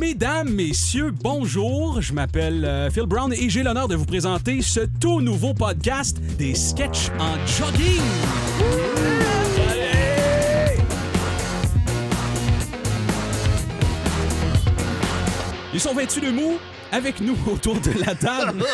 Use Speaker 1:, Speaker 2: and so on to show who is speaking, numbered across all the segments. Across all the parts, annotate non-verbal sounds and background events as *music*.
Speaker 1: Mesdames, messieurs, bonjour. Je m'appelle euh, Phil Brown et j'ai l'honneur de vous présenter ce tout nouveau podcast des sketchs en jogging. Ils sont vêtus de mou avec nous *laughs* autour de la
Speaker 2: *laughs*
Speaker 1: table.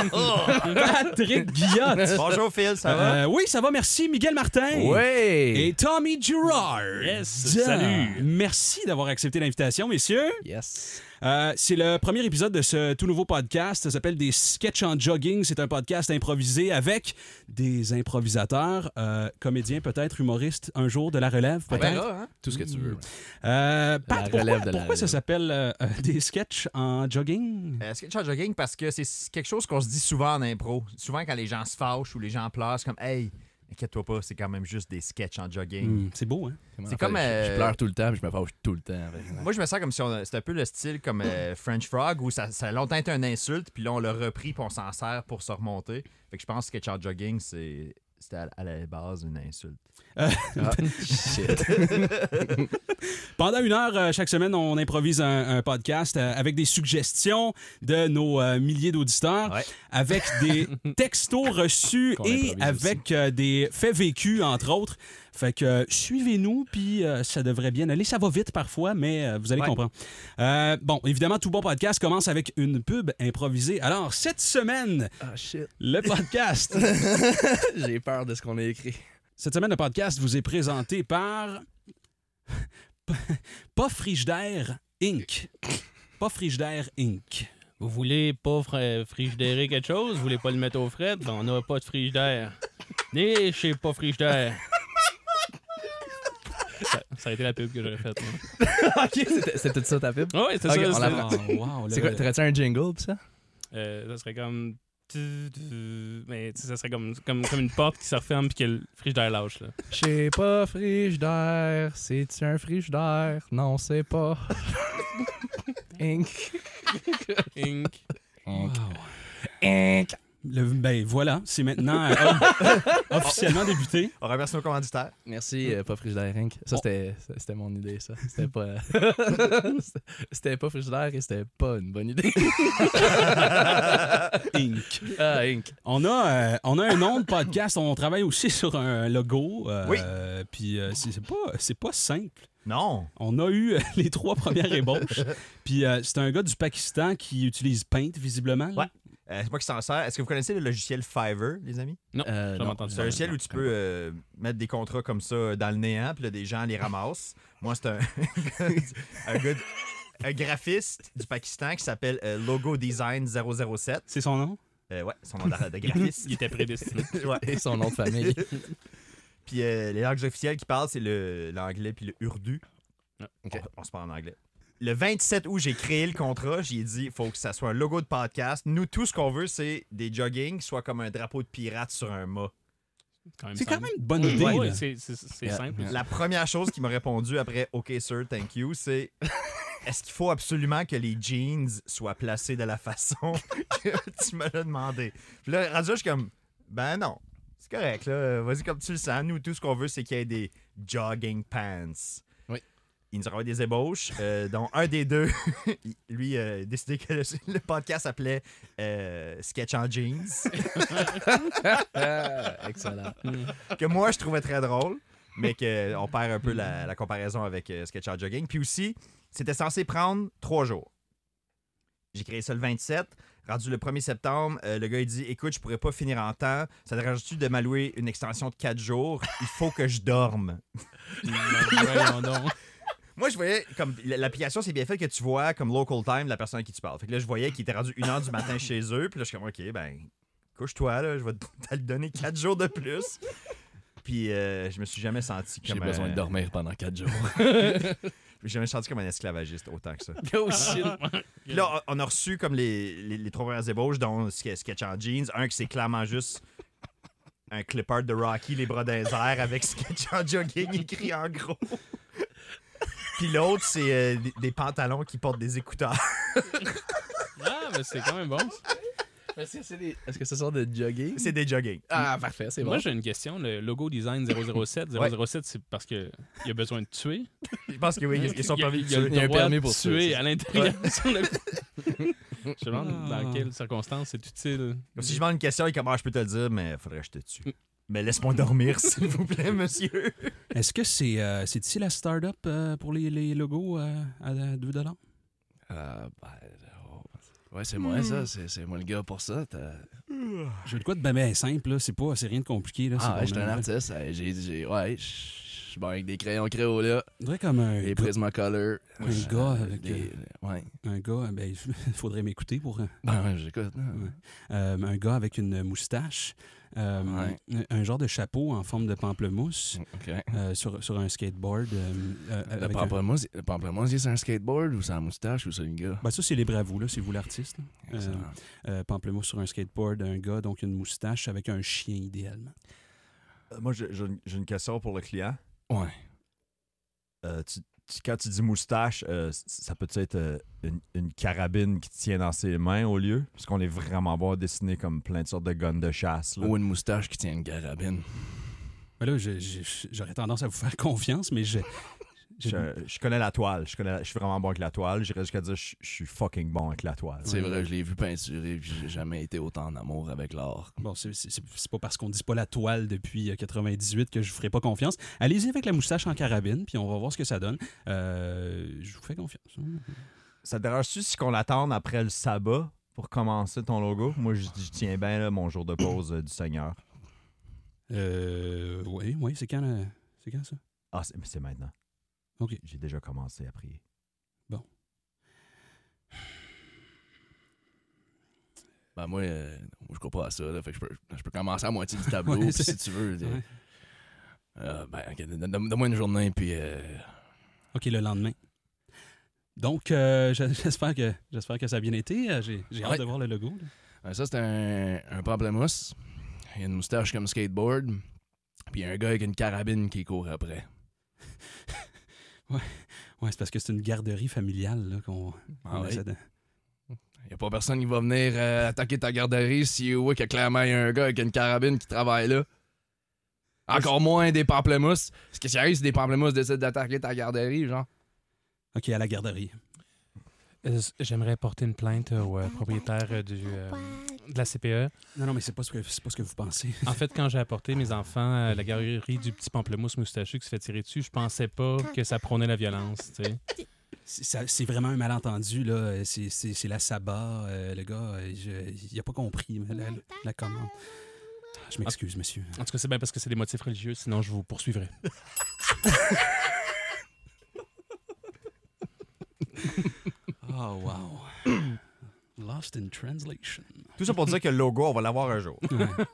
Speaker 1: Patrick Guillotte.
Speaker 2: Bonjour Phil, ça va?
Speaker 1: Euh, oui, ça va, merci. Miguel Martin.
Speaker 3: Oui!
Speaker 1: Et Tommy Girard.
Speaker 3: salut.
Speaker 1: Merci d'avoir accepté l'invitation, messieurs.
Speaker 3: Yes.
Speaker 1: Euh, c'est le premier épisode de ce tout nouveau podcast. Ça s'appelle Des sketchs en jogging. C'est un podcast improvisé avec des improvisateurs, euh, comédiens peut-être, humoristes, un jour de la relève
Speaker 2: ben
Speaker 1: peut-être.
Speaker 3: hein? Tout ce que tu veux.
Speaker 1: Euh, Pat,
Speaker 3: La
Speaker 1: pourquoi,
Speaker 3: relève de la
Speaker 1: pourquoi ça
Speaker 3: relève.
Speaker 1: s'appelle euh, euh, Des sketchs en jogging?
Speaker 2: Euh, sketch en jogging parce que c'est quelque chose qu'on se dit souvent en impro. Souvent quand les gens se fâchent ou les gens pleurent, c'est comme Hey, inquiète-toi pas, c'est quand même juste des sketchs en jogging.
Speaker 1: Hmm, c'est beau, hein?
Speaker 2: C'est comme, euh,
Speaker 3: Je pleure tout le temps puis je me fâche tout le temps. avec-
Speaker 1: Mm.
Speaker 2: *laughs* Moi je me sens comme si on. C'est un peu le style comme euh, French Frog où ça, ça a longtemps été une insulte, puis là on l'a repris puis on s'en sert pour se remonter. Fait que je pense que sketch en jogging, c'est. C'était à- à la base une insulte.
Speaker 3: Shit.
Speaker 1: Pendant une heure euh, chaque semaine, on improvise un, un podcast euh, avec des suggestions de nos euh, milliers d'auditeurs,
Speaker 2: Ouais.
Speaker 1: avec des textos reçus
Speaker 3: Qu'on
Speaker 1: et
Speaker 3: improvise
Speaker 1: avec euh, des faits vécus, entre autres. Fait que euh, suivez-nous, puis euh, ça devrait bien aller. Ça va vite parfois, mais euh, vous allez
Speaker 2: Ouais.
Speaker 1: comprendre. Euh, bon, évidemment, tout bon podcast commence avec une pub improvisée. Alors, cette semaine,
Speaker 3: Ah, shit.
Speaker 1: le podcast...
Speaker 3: *laughs* J'ai peur de ce qu'on a écrit.
Speaker 1: Cette semaine, le podcast vous est présenté par *laughs* Pas Frigidaire Inc. Pas Frigidaire Inc.
Speaker 4: Vous voulez pas fr- frigidérer quelque chose? Vous voulez pas le mettre au fret? Ben, on n'a pas de frigidaire. Né chez pas frigidaire. Ça, ça a été la pub que j'aurais faite. hein.
Speaker 3: *laughs* ok, c'était c'était tout ça ta pipe?
Speaker 4: Ah ouais, c'est
Speaker 3: Ok,
Speaker 4: ça.
Speaker 3: on
Speaker 4: c'est-
Speaker 3: la prend.
Speaker 1: wow,
Speaker 3: C'est quoi, t'aurais-tu un jingle pis ça?
Speaker 4: Euh, ça serait comme... tu- tu- Mais tu sais, ça serait comme, comme, comme une porte qui se referme puis que le frigidaire lâche. Là.
Speaker 3: Je sais pas, frigidaire. C'est-tu un frigidaire? Non, c'est *laughs* pas. Inc.
Speaker 4: Inc.
Speaker 3: Inc.
Speaker 1: Le- ben voilà, c'est maintenant euh, off- officiellement débuté.
Speaker 2: On remercie nos commanditaires.
Speaker 3: Merci, euh, pas Frigidaire Inc. Ça, c'était ça, c'était mon idée, *laughs* ça. C'était pas. c'était pas Frigidaire et c'était pas une bonne *laughs* idée.
Speaker 1: Inc.
Speaker 3: ah, Inc.
Speaker 1: On a, euh, on a un nom de podcast. On travaille aussi sur un logo. euh,
Speaker 2: Oui.
Speaker 1: Puis euh, c'est c'est pas, c'est pas simple.
Speaker 2: Non.
Speaker 1: On a eu euh, les trois premières ébauches. Puis euh, c'est un gars du Pakistan qui utilise Paint, visiblement. là.
Speaker 2: Ouais. Euh, c'est moi qui s'en sers. Est-ce que vous connaissez le logiciel Fiverr, les amis?
Speaker 4: Non,
Speaker 3: Euh,
Speaker 4: j'ai jamais
Speaker 3: non.
Speaker 4: entendu
Speaker 2: C'est un
Speaker 4: ça.
Speaker 2: logiciel où tu peux euh, mettre des contrats comme ça euh, dans le néant, puis là, des gens les ramassent. Moi, c'est un, *laughs* un, gars de- un graphiste du Pakistan qui s'appelle euh, Logo Design 007.
Speaker 1: C'est son nom?
Speaker 2: Euh, ouais, son nom de, de graphiste.
Speaker 4: *laughs* Il
Speaker 2: *laughs*
Speaker 4: était prédestiné.
Speaker 2: Ouais.
Speaker 3: Et son nom de *laughs* famille.
Speaker 2: Puis euh, les langues officielles qui parlent, c'est le- l'anglais puis le urdu.
Speaker 4: Ah,
Speaker 3: ok.
Speaker 2: On, on se parle en anglais. Le 27 août, j'ai créé le contrat. J'ai dit, faut que ça soit un logo de podcast. Nous, tout ce qu'on veut, c'est des joggings, soit comme un drapeau de pirate sur un mât.
Speaker 1: C'est quand
Speaker 4: simple.
Speaker 1: même une bonne idée.
Speaker 4: Ouais,
Speaker 1: là.
Speaker 4: c'est c'est- c'est
Speaker 3: Yeah.
Speaker 4: simple.
Speaker 2: La première chose qui m'a répondu après OK sir, thank you, c'est *laughs* est-ce qu'il faut absolument que les jeans soient placés de la façon *laughs* que tu me l'as demandé? Puis là, rendu là, je suis comme ben non, c'est correct là, vas-y comme tu le sens. Nous, tout ce qu'on veut, c'est qu'il y ait des jogging pants.
Speaker 3: Oui.
Speaker 2: Il nous envoie des ébauches, euh, dont un des deux, *laughs* lui, euh, a décidé que le, le podcast s'appelait euh, Sketch en jeans,
Speaker 3: Ah, excellent.
Speaker 2: que moi, je trouvais très drôle. mais qu'on perd un peu la, la comparaison avec euh, Sketch Out Jogging. Puis aussi, c'était censé prendre trois jours. J'ai créé ça le 27. Rendu le 1er septembre, euh, le gars il dit Écoute, je pourrais pas finir en temps. Ça te dérange-tu de m'allouer une extension de quatre jours Il faut que je dorme.
Speaker 4: Voyons donc.
Speaker 2: Moi, je voyais, comme l- l'application, c'est bien fait que tu vois, comme local time, la personne à qui tu parles. Fait que là, je voyais qu'il était rendu 1h du matin chez eux. Puis là, je suis comme, OK, ben, couche-toi, là, je vais te te le donner 4 jours de plus. Puis euh, je me suis jamais senti
Speaker 3: J'ai
Speaker 2: comme.
Speaker 3: besoin de
Speaker 2: euh,
Speaker 3: dormir pendant 4 jours.
Speaker 2: J'ai jamais senti comme un esclavagiste autant
Speaker 3: *laughs*
Speaker 2: que ça.
Speaker 3: oh
Speaker 4: *laughs*
Speaker 3: shit.
Speaker 2: Puis là, on on a reçu comme les, les, les trois premières ébauches, dont Ske- Sketch en jeans. Un qui c'est clairement juste un clipper de Rocky, les bras dans les airs, avec Sketch en jogging écrit en
Speaker 3: *laughs*
Speaker 2: gros. Puis l'autre, c'est euh, des- des pantalons qui portent des écouteurs.
Speaker 4: Ah, mais c'est quand même bon. ça.
Speaker 3: Est-ce que c'est des- est-ce que ce sont des jogging?
Speaker 2: C'est des jogging.
Speaker 3: Ah, parfait, c'est
Speaker 4: Moi,
Speaker 3: bon.
Speaker 4: j'ai une question. Le logo design 007, 007, c'est parce qu'il y a besoin de tuer.
Speaker 2: Je pense que oui, ils- ils sont
Speaker 4: Il y a-
Speaker 2: pas vus.
Speaker 4: Il y a
Speaker 3: Il y a un
Speaker 4: le droit
Speaker 3: permis
Speaker 4: de
Speaker 3: pour ça,
Speaker 4: tuer
Speaker 3: c'est
Speaker 4: à l'intérieur. sur le-
Speaker 3: *laughs*
Speaker 4: Je me demande dans quelles circonstances c'est utile.
Speaker 2: Comme si je demande une question, ils comme ah, je peux te le dire, mais faudrait que je te tue. Mais laisse-moi dormir, *laughs* s'il vous plaît, monsieur.
Speaker 1: *laughs* Est-ce que c'est euh, c'est ici la start-up euh, pour les, les logos euh, à 2
Speaker 3: Ah, ben, oh. Ouais, c'est moi ça, c'est c'est moi le gars pour ça. t'as-
Speaker 1: J'ai le quoi de ben, ben simple, là. c'est pas c'est rien de compliqué là, c'est
Speaker 3: Ah,
Speaker 1: bon,
Speaker 3: ouais, j'étais un
Speaker 1: là.
Speaker 3: artiste, ouais, j'ai, j'ai, ouais, je suis bon avec des crayons créola,
Speaker 1: On dirait comme un
Speaker 3: des
Speaker 1: gars,
Speaker 3: Prismacolor.
Speaker 1: Un
Speaker 3: euh,
Speaker 1: gars avec,
Speaker 3: des- Ouais.
Speaker 1: un gars ben *laughs* il faudrait m'écouter pour euh,
Speaker 3: Ben, ouais, j'écoute. là.
Speaker 1: Ouais. euh, un gars avec une moustache, euh,
Speaker 3: Ouais.
Speaker 1: un, un genre de chapeau en forme de pamplemousse
Speaker 3: Ok.
Speaker 1: euh, sur, sur un skateboard euh, euh,
Speaker 3: Le
Speaker 1: avec un-
Speaker 3: pamplemousse, le pamplemousse, c'est un skateboard ou c'est un moustache ou c'est un gars?
Speaker 1: Ben, ça c'est libre à vous là, c'est vous l'artiste. là.
Speaker 3: Excellent.
Speaker 1: Euh, pamplemousse sur un skateboard, un gars donc une moustache avec un chien idéalement.
Speaker 2: Euh, Moi, j'ai j'ai- j'ai une question pour le client.
Speaker 3: Ouais.
Speaker 2: Euh, tu- tu- quand tu dis moustache, euh, c- ça peut être euh, une, une carabine qui tient dans ses mains au lieu? Parce qu'on est vraiment bon à dessiner comme plein de sortes de guns de chasse. là.
Speaker 3: Ou une moustache qui tient une carabine.
Speaker 1: Ben là, je- je- j'aurais tendance à vous faire *laughs* confiance, mais je. je-
Speaker 2: Je, je connais la toile. Je, connais la- je suis vraiment bon avec la toile. J'irais jusqu'à dire je, je suis fucking bon avec la toile.
Speaker 3: C'est vrai, je l'ai vu peinturer, puis j'ai jamais été autant en amour avec l'art.
Speaker 1: Bon, c'est- c'est c'est- c'est pas parce qu'on dit pas la toile depuis euh, 98 que je vous ferai pas confiance. Allez-y avec la moustache en carabine, puis on va voir ce que ça donne. Euh, je vous fais confiance.
Speaker 2: Ça te dérange-tu si qu'on l'attende après le sabbat pour commencer ton logo? Moi, je, je tiens bien là, mon jour de pause euh, du Seigneur.
Speaker 1: Euh, oui, oui, c'est quand, euh, c'est quand ça?
Speaker 2: Ah, c'est mais c'est maintenant.
Speaker 1: Ok.
Speaker 2: J'ai déjà commencé à prier.
Speaker 3: Ben moi, euh, moi, je crois pas à ça, là, fait que je peux, je peux commencer à
Speaker 1: *laughs*
Speaker 3: moitié du tableau,
Speaker 1: Ouais,
Speaker 3: puis
Speaker 1: c'est-
Speaker 3: si tu veux. t'es-
Speaker 1: Ouais.
Speaker 3: Euh, ben, ok, donne- donne- donne-moi une journée, puis... euh,
Speaker 1: OK, le lendemain. Donc, euh, j'- *laughs* j'espère que, j'espère que ça a bien été. Euh, J'ai j'ai hâte
Speaker 3: Ouais.
Speaker 1: de voir le logo. là.
Speaker 3: Euh, Ça, c'est un, un pamplemousse. Il a une moustache comme skateboard. Puis il y a un gars avec une carabine qui court après.
Speaker 1: Ouais, c'est parce que c'est une garderie familiale là, qu'on
Speaker 3: Ah
Speaker 1: on
Speaker 3: ouais?
Speaker 1: essaie de-
Speaker 3: Il n'y a pas personne qui va venir euh, attaquer ta garderie si voit que clairement il y a un gars avec une carabine qui travaille là. Encore moins des pamplemousses. Ce qui arrive, c'est des pamplemousses décident d'attaquer ta garderie, genre.
Speaker 1: OK, à la garderie.
Speaker 5: Euh, J'aimerais porter une plainte euh, au euh, propriétaire euh, du, euh, de la CPE.
Speaker 1: Non, non, mais c'est pas ce que, c'est pas ce que vous pensez.
Speaker 5: En fait, quand j'ai apporté mes enfants à la galerie du petit pamplemousse moustachu qui se fait tirer dessus, je pensais pas que ça prônait la violence. tu sais.
Speaker 1: C'est ça- c'est vraiment un malentendu, là. Euh, C'est- C'est c'est la sabbat. euh, le gars, euh, je- il a pas compris mais la, la commande. Ah, Je m'excuse, monsieur.
Speaker 5: En tout cas, c'est bien parce que c'est des motifs religieux, sinon je vous poursuivrais.
Speaker 1: Oh, wow. *clears throat* Lost in translation.
Speaker 2: Tout ça pour dire que le logo, on va l'avoir un jour.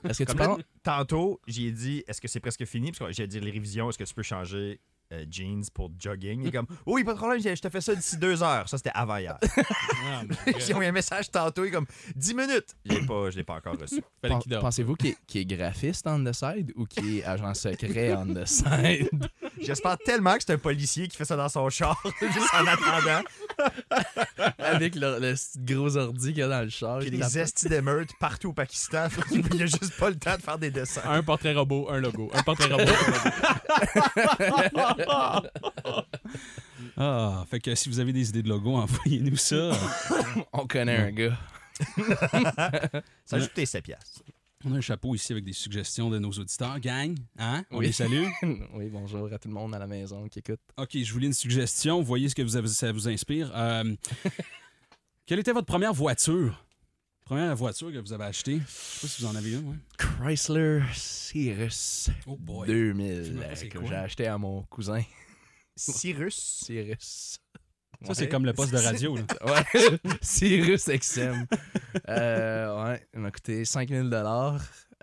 Speaker 3: Est-ce que tu
Speaker 2: Comme
Speaker 3: penses.
Speaker 2: là, tantôt, j'ai dit, est-ce que c'est presque fini? Parce que j'ai dit les révisions, est-ce que tu peux changer euh, jeans pour jogging? Il est comme, oui, pas de problème, je je te fais ça d'ici deux heures. Ça, c'était avant hier.
Speaker 5: Ah, mon Dieu.
Speaker 2: j'ai envoyé un message tantôt, il est comme, dix minutes. Je l'ai pas, je l'ai pas encore reçu.
Speaker 5: Fallait
Speaker 3: pen-
Speaker 5: qu'il dorme.
Speaker 3: Pensez-vous qu'il est, qu'il est graphiste on the side ou qu'il est agent secret on the side?
Speaker 2: J'espère tellement que c'est un policier qui fait ça dans son char, *laughs* juste en attendant.
Speaker 3: *laughs* Avec le, le gros ordi qu'il y a dans le char.
Speaker 2: Puis
Speaker 3: Il tape-
Speaker 2: des estis d'émeutes partout au Pakistan. *laughs* Il y a juste pas le temps de faire des dessins.
Speaker 5: Un portrait robot, un logo. Un portrait *laughs* robot. un logo.
Speaker 1: Ah, fait que si vous avez des idées de logo, *laughs* envoyez-nous ça.
Speaker 3: On connaît un gars.
Speaker 2: Ça a juste coûté 7 piastres.
Speaker 1: On a un chapeau ici avec des suggestions de nos auditeurs. Gang, hein? On
Speaker 3: Oui.
Speaker 1: les salue.
Speaker 3: *laughs* oui, bonjour à tout le monde à la maison qui écoute.
Speaker 1: OK, je vous lis une suggestion. Voyez ce que vous avez- ça vous inspire. *laughs* Euh, quelle était votre première voiture? Première voiture que vous avez achetée? Je sais pas si vous en avez une, ouais.
Speaker 3: Chrysler Cirrus
Speaker 1: Oh boy.
Speaker 3: 2000
Speaker 1: me rappelle
Speaker 3: euh,
Speaker 1: c'est
Speaker 3: que
Speaker 1: quoi.
Speaker 3: j'ai acheté à mon cousin
Speaker 2: Cyrus.
Speaker 3: Cirrus.
Speaker 1: Ça, c'est comme le poste de radio,
Speaker 4: *laughs*
Speaker 1: là.
Speaker 3: *laughs* Ouais, *laughs* Cirrus XM. Euh, ouais, il m'a coûté 5000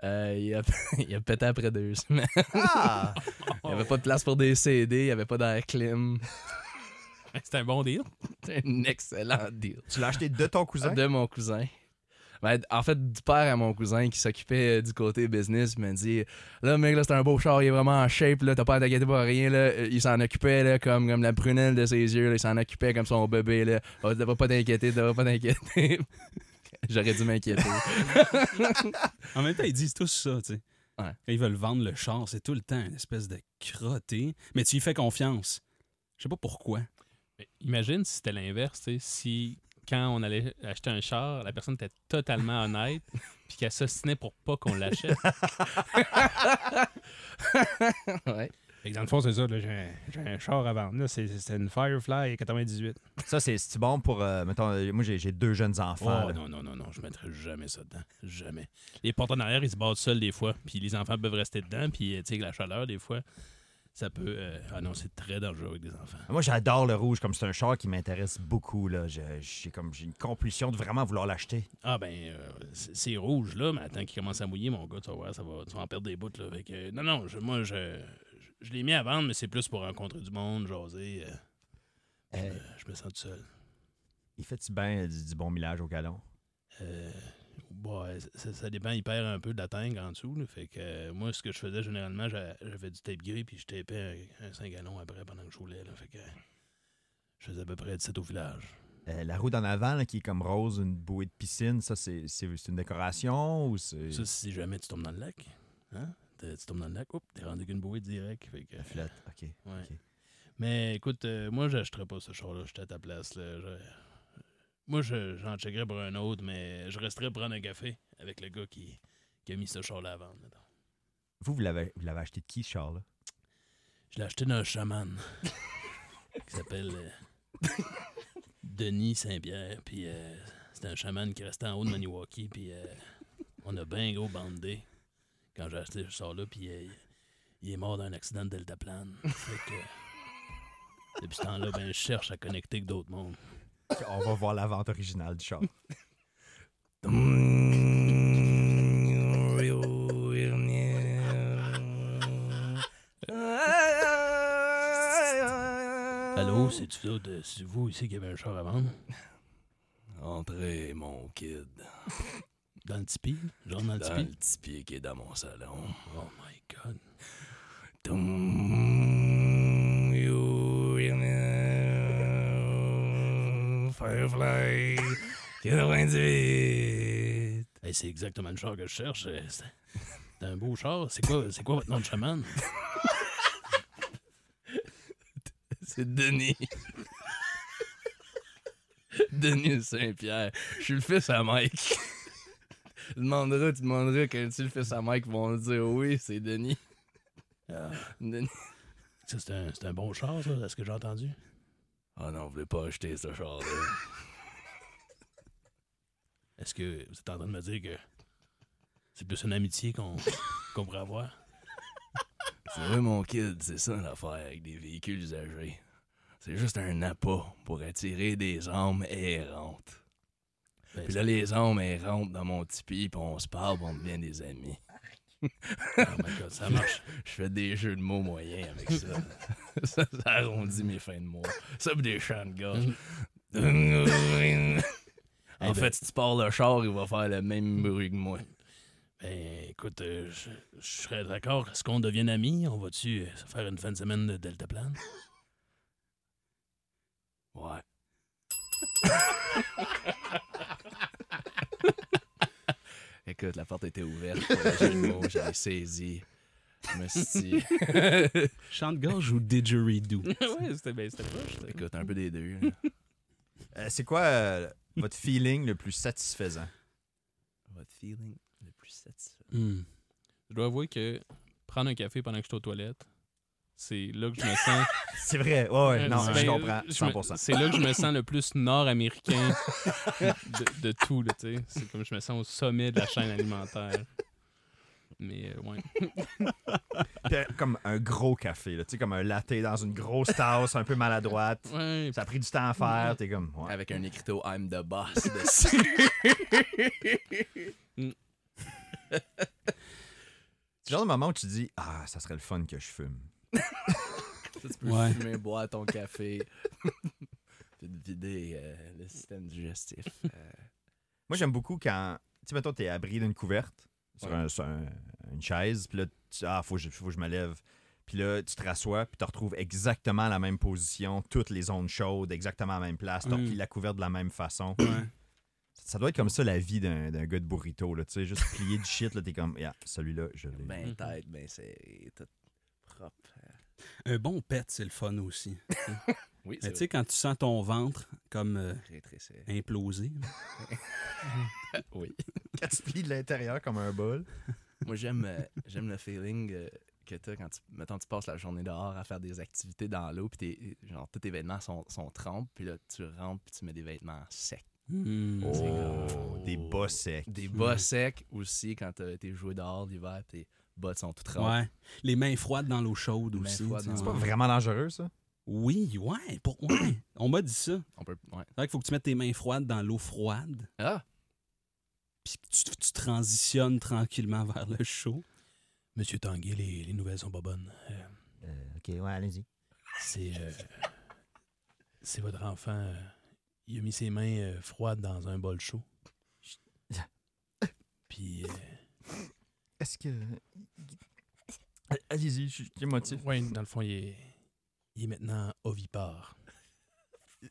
Speaker 3: euh, il, a, *laughs* il a pété après deux semaines.
Speaker 2: Ah!
Speaker 3: Il n'y avait pas de place pour des CD, il n'y avait pas d'air clim. *laughs*
Speaker 4: *laughs*
Speaker 5: C'est un bon deal.
Speaker 3: C'est un excellent deal.
Speaker 2: Tu l'as acheté de ton cousin?
Speaker 3: De mon cousin. Ben, en fait, du père à mon cousin qui s'occupait euh, du côté business, il m'a dit Là, mec, là, c'est un beau char, il est vraiment en shape, là, t'as pas à t'inquiéter pour rien. Là. Euh, Il s'en occupait là, comme, comme la prunelle de ses yeux, là, il s'en occupait comme son bébé. Là. Oh, t'as pas t'inquiéter, *laughs* t'as pas t'inquiéter. J'aurais dû m'inquiéter.
Speaker 1: En même temps, ils disent tous ça, tu sais.
Speaker 3: Ouais.
Speaker 1: Quand ils veulent vendre le char, c'est tout le temps une espèce de crotté. Mais tu y fais confiance. Je sais pas pourquoi.
Speaker 4: Mais imagine si c'était l'inverse, tu sais, si quand on allait acheter un char, la personne était *laughs* totalement honnête, puis qu'elle s'ostinait pour pas qu'on *laughs* l'achète.
Speaker 3: ouais.
Speaker 4: Fait que dans le fond, c'est ça, là, j'ai un, j'ai un char à vendre. Là, c'est, c'est une Firefly 98.
Speaker 2: Ça, c'est c'est bon pour. euh, mettons, euh, moi, j'ai j'ai deux jeunes enfants.
Speaker 4: Oh,
Speaker 2: là.
Speaker 4: non, non, non, non, je mettrai jamais ça dedans. Jamais. Les portes en arrière, ils se battent seuls des fois. Puis les enfants peuvent rester dedans. Puis, euh, tu sais, avec la chaleur, des fois, ça peut. euh, Ah non, c'est très dangereux avec des enfants.
Speaker 2: Moi, j'adore le rouge, comme c'est un char qui m'intéresse beaucoup. là. Je- J'ai comme j'ai une compulsion de vraiment vouloir l'acheter.
Speaker 4: Ah, ben, euh, c'est c'est rouge, là, mais attends qu'il commence à mouiller, mon gars, tu vas voir, ça va, tu vas en perdre des bouts, là. Fait que, euh, non, non, je- moi, je, je, je l'ai mis à vendre, mais c'est plus pour rencontrer du monde, jaser. euh, je
Speaker 2: Euh,
Speaker 4: me- je me sens tout seul.
Speaker 2: Il fait-tu bien euh, du, du bon millage au galon?
Speaker 4: Euh, bon, euh, ça, ça dépend, il perd un peu de la teigne en dessous. là. Fait que euh, moi, ce que je faisais généralement, j'a- j'avais du tape gris puis je tapais un, 5 gallons après pendant que je roulais. Là. Fait que euh, je faisais à peu près 17 au village.
Speaker 2: Euh, la roue d'en avant, là, qui est comme rose, une bouée de piscine, ça, c'est c'est- c'est une décoration ou c'est.
Speaker 4: Ça, si jamais tu tombes dans le lac, hein? t'es- Tu tombes dans le lac, oups, t'es rendu qu'une bouée direct. Fait que,
Speaker 2: La flotte, ok.
Speaker 4: ouais.
Speaker 2: ok.
Speaker 4: Mais écoute, euh, moi, j'achèterais pas ce char-là. J'étais à ta place. Là. Je- Moi, je- j'en checkerais pour un autre, mais je resterais prendre un café avec le gars qui, qui a mis ce char-là à vendre. mettons.
Speaker 2: Vous, vous l'avez vous l'avez acheté de qui, ce char, là?
Speaker 4: Je l'ai acheté d'un chaman qui s'appelle euh, Denis Saint-Pierre. Puis euh, c'était un chaman qui restait en haut de Maniwaki. Puis euh, on a bien gros bandé quand j'ai acheté ce char-là. Puis euh, il est mort d'un accident de deltaplane. Fait que, euh, depuis ce temps-là, ben, je cherche à connecter avec d'autres mondes.
Speaker 2: On va voir la vente originale du char.
Speaker 4: Allô, c'est-tu ça de- c'est vous ici qui avez un char à vendre?
Speaker 3: Entrez, mon kid,
Speaker 4: Dans le Tipeee? Genre dans le
Speaker 3: dans le
Speaker 4: Tipeee?
Speaker 3: petit pied qui est dans mon salon.
Speaker 4: Oh my God.
Speaker 3: Firefly 98.
Speaker 4: Hey, Eh, c'est exactement le char que je cherche. Euh, C'est c'est un beau char. C'est quoi, c'est quoi votre nom de chaman?
Speaker 3: C'est Denis. *laughs* Denis Saint-Pierre. Je suis le fils à Mike. Tu demanderas, tu demanderas quand tu le fils à Mike, ils vont dire oui, c'est Denis.
Speaker 4: Ah.
Speaker 3: Denis.
Speaker 4: Ça, C'est un, c'est un bon char, ça, à ce que j'ai entendu.
Speaker 3: Ah non, vous voulez pas acheter ce char-là.
Speaker 4: Est-ce que vous êtes en train de me dire que c'est plus une amitié qu'on qu'on pourrait avoir?
Speaker 3: Tu vois, mon kid, c'est ça l'affaire avec des véhicules usagés. C'est juste un appât pour attirer des âmes errantes.
Speaker 4: Ben,
Speaker 3: Puis là, les âmes errantes dans mon tipi, puis on se parle, puis on devient des amis. Ah,
Speaker 4: oh my God, ça marche.
Speaker 3: Je fais des jeux de mots moyens avec
Speaker 4: *laughs*
Speaker 3: ça. ça, ça arrondit mes fins de mois. Ça, pis des chants de gorge. en
Speaker 4: Mm.
Speaker 3: *laughs*
Speaker 4: ben-
Speaker 3: fait, si tu pars le char, il va faire le même bruit que moi.
Speaker 4: Ben, écoute, euh, je, je serais d'accord. Est-ce qu'on devienne amis? On va-tu euh, se faire une fin de semaine de Deltaplane?
Speaker 3: Ouais. *laughs* Écoute, la porte était ouverte. pour le jeu de mots, je l'ai saisi. Je me suis dit,
Speaker 1: Chant de gorge ou didgeridoo?
Speaker 4: *laughs* ouais, c'était bien, c'était proche.
Speaker 3: écoute, un peu des deux. là.
Speaker 2: Euh, c'est quoi euh, votre feeling le plus satisfaisant?
Speaker 3: Votre feeling le plus satisfaisant.
Speaker 1: Hmm.
Speaker 4: Je dois avouer que prendre un café pendant que je suis aux toilettes, c'est là que je me sens.
Speaker 2: C'est vrai, ouais, *laughs* ouais, non,
Speaker 4: Ben,
Speaker 2: Euh, je comprends,
Speaker 4: je me-
Speaker 2: 100%.
Speaker 4: C'est là que je me sens le plus nord-américain de, de tout, là, tu sais. C'est comme je me sens au sommet de la chaîne alimentaire. Mais, euh,
Speaker 2: *laughs*
Speaker 4: ouais.
Speaker 2: *laughs* Puis, euh, comme un gros café, là, tu sais, comme un latte dans une grosse tasse, un peu maladroite.
Speaker 4: Ouais,
Speaker 2: Ça a pris du temps à faire, t'es comme, ouais.
Speaker 3: Avec un écriteau I'm the boss *laughs* dessus.
Speaker 2: C'est le genre de moment où tu dis, ah, ça serait le fun que je fume.
Speaker 3: Ça, tu peux
Speaker 1: Ouais.
Speaker 3: fumer, boire ton café. Puis de vider euh, le système digestif. Euh,
Speaker 2: Moi, j'aime beaucoup quand, tu sais, mettons, t'es abri d'une couverte sur,
Speaker 3: Ouais.
Speaker 2: un- sur un- une chaise, puis là, tu, ah, faut, que je- faut que je me lève. Puis là, tu te rassois, puis tu retrouves exactement la même position, toutes les ondes chaudes, exactement à la même place, tu
Speaker 1: Mm.
Speaker 2: la couverte de la même façon. Ça doit être comme ça la vie d'un d'un gars de burrito, là, tu sais, juste plié de shit, là, t'es comme, yeah, celui-là, je l'ai.
Speaker 4: Mhm.
Speaker 3: Ben, tête, ben, c'est tout propre. hein.
Speaker 1: Un bon pet, c'est le fun aussi.
Speaker 3: Oui,
Speaker 1: Mais
Speaker 3: c'est
Speaker 1: tu sais, quand tu sens ton ventre comme euh,
Speaker 3: vrai. Rétrécir.
Speaker 1: imploser,
Speaker 3: *laughs*
Speaker 2: Quand tu plies de l'intérieur comme un bol.
Speaker 3: Moi, j'aime euh, j'aime le feeling euh, que t'as quand tu, mettons, tu passes la journée dehors à faire des activités dans l'eau, puis t'es- euh, genre, tous tes vêtements sont, sont trempes, puis là, tu rentres, puis tu mets des vêtements secs.
Speaker 1: hmm,
Speaker 2: Oh, des bas secs.
Speaker 3: Des bas secs aussi quand t'as été joué dehors l'hiver, tes bottes sont toutes trempes.
Speaker 1: ouais. les mains froides dans l'eau chaude
Speaker 3: Mains
Speaker 1: aussi.
Speaker 3: froides
Speaker 1: tu sais.
Speaker 3: dans
Speaker 2: C'est pas vraiment dangereux, ça?
Speaker 1: Oui, ouais, pour... ouais. *coughs* on m'a dit ça.
Speaker 3: On peut. Ouais.
Speaker 1: C'est vrai qu'il faut que tu mettes tes mains froides dans l'eau froide,
Speaker 3: Ah!
Speaker 1: puis que tu, tu transitionnes tranquillement vers le chaud.
Speaker 4: Monsieur Tanguy, les, les nouvelles sont pas bonnes. Euh,
Speaker 2: ok, ouais, allez-y.
Speaker 4: C'est. euh, c'est votre enfant. euh, il a mis ses mains euh, froides dans un bol *laughs* chaud. Puis. euh,
Speaker 2: Est-ce que. Allez-y, je suis émotif.
Speaker 4: ouais, dans le fond, il est, il est maintenant ovipare,
Speaker 2: euh,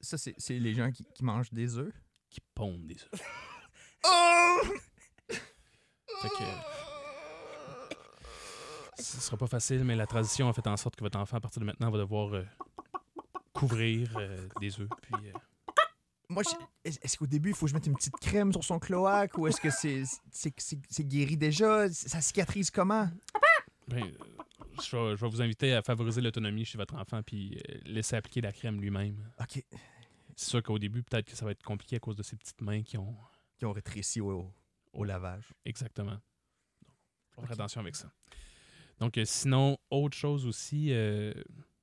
Speaker 2: Ça, c'est c'est les gens qui, qui mangent des *laughs* œufs.
Speaker 4: qui pondent des œufs. Fait que. Ce sera pas facile, mais la transition a fait en sorte que votre enfant, à partir de maintenant, va devoir euh, couvrir euh, des œufs. Puis. euh,
Speaker 2: Moi, je- est- est-ce qu'au début, il faut que je mette une petite crème sur son cloaque ou est-ce que c'est c'est- c'est- c'est guéri déjà? Ça cicatrise comment?
Speaker 4: Ben, euh, je, vais, je vais vous inviter à favoriser l'autonomie chez votre enfant puis euh, laisser appliquer la crème lui-même.
Speaker 2: Ok.
Speaker 4: C'est sûr qu'au début, peut-être que ça va être compliqué à cause de ses petites mains qui ont.
Speaker 2: Qui ont rétréci au, au lavage.
Speaker 4: Exactement. Donc, faut faire
Speaker 2: Ok.
Speaker 4: attention avec ça. Donc, euh, sinon, autre chose aussi, euh,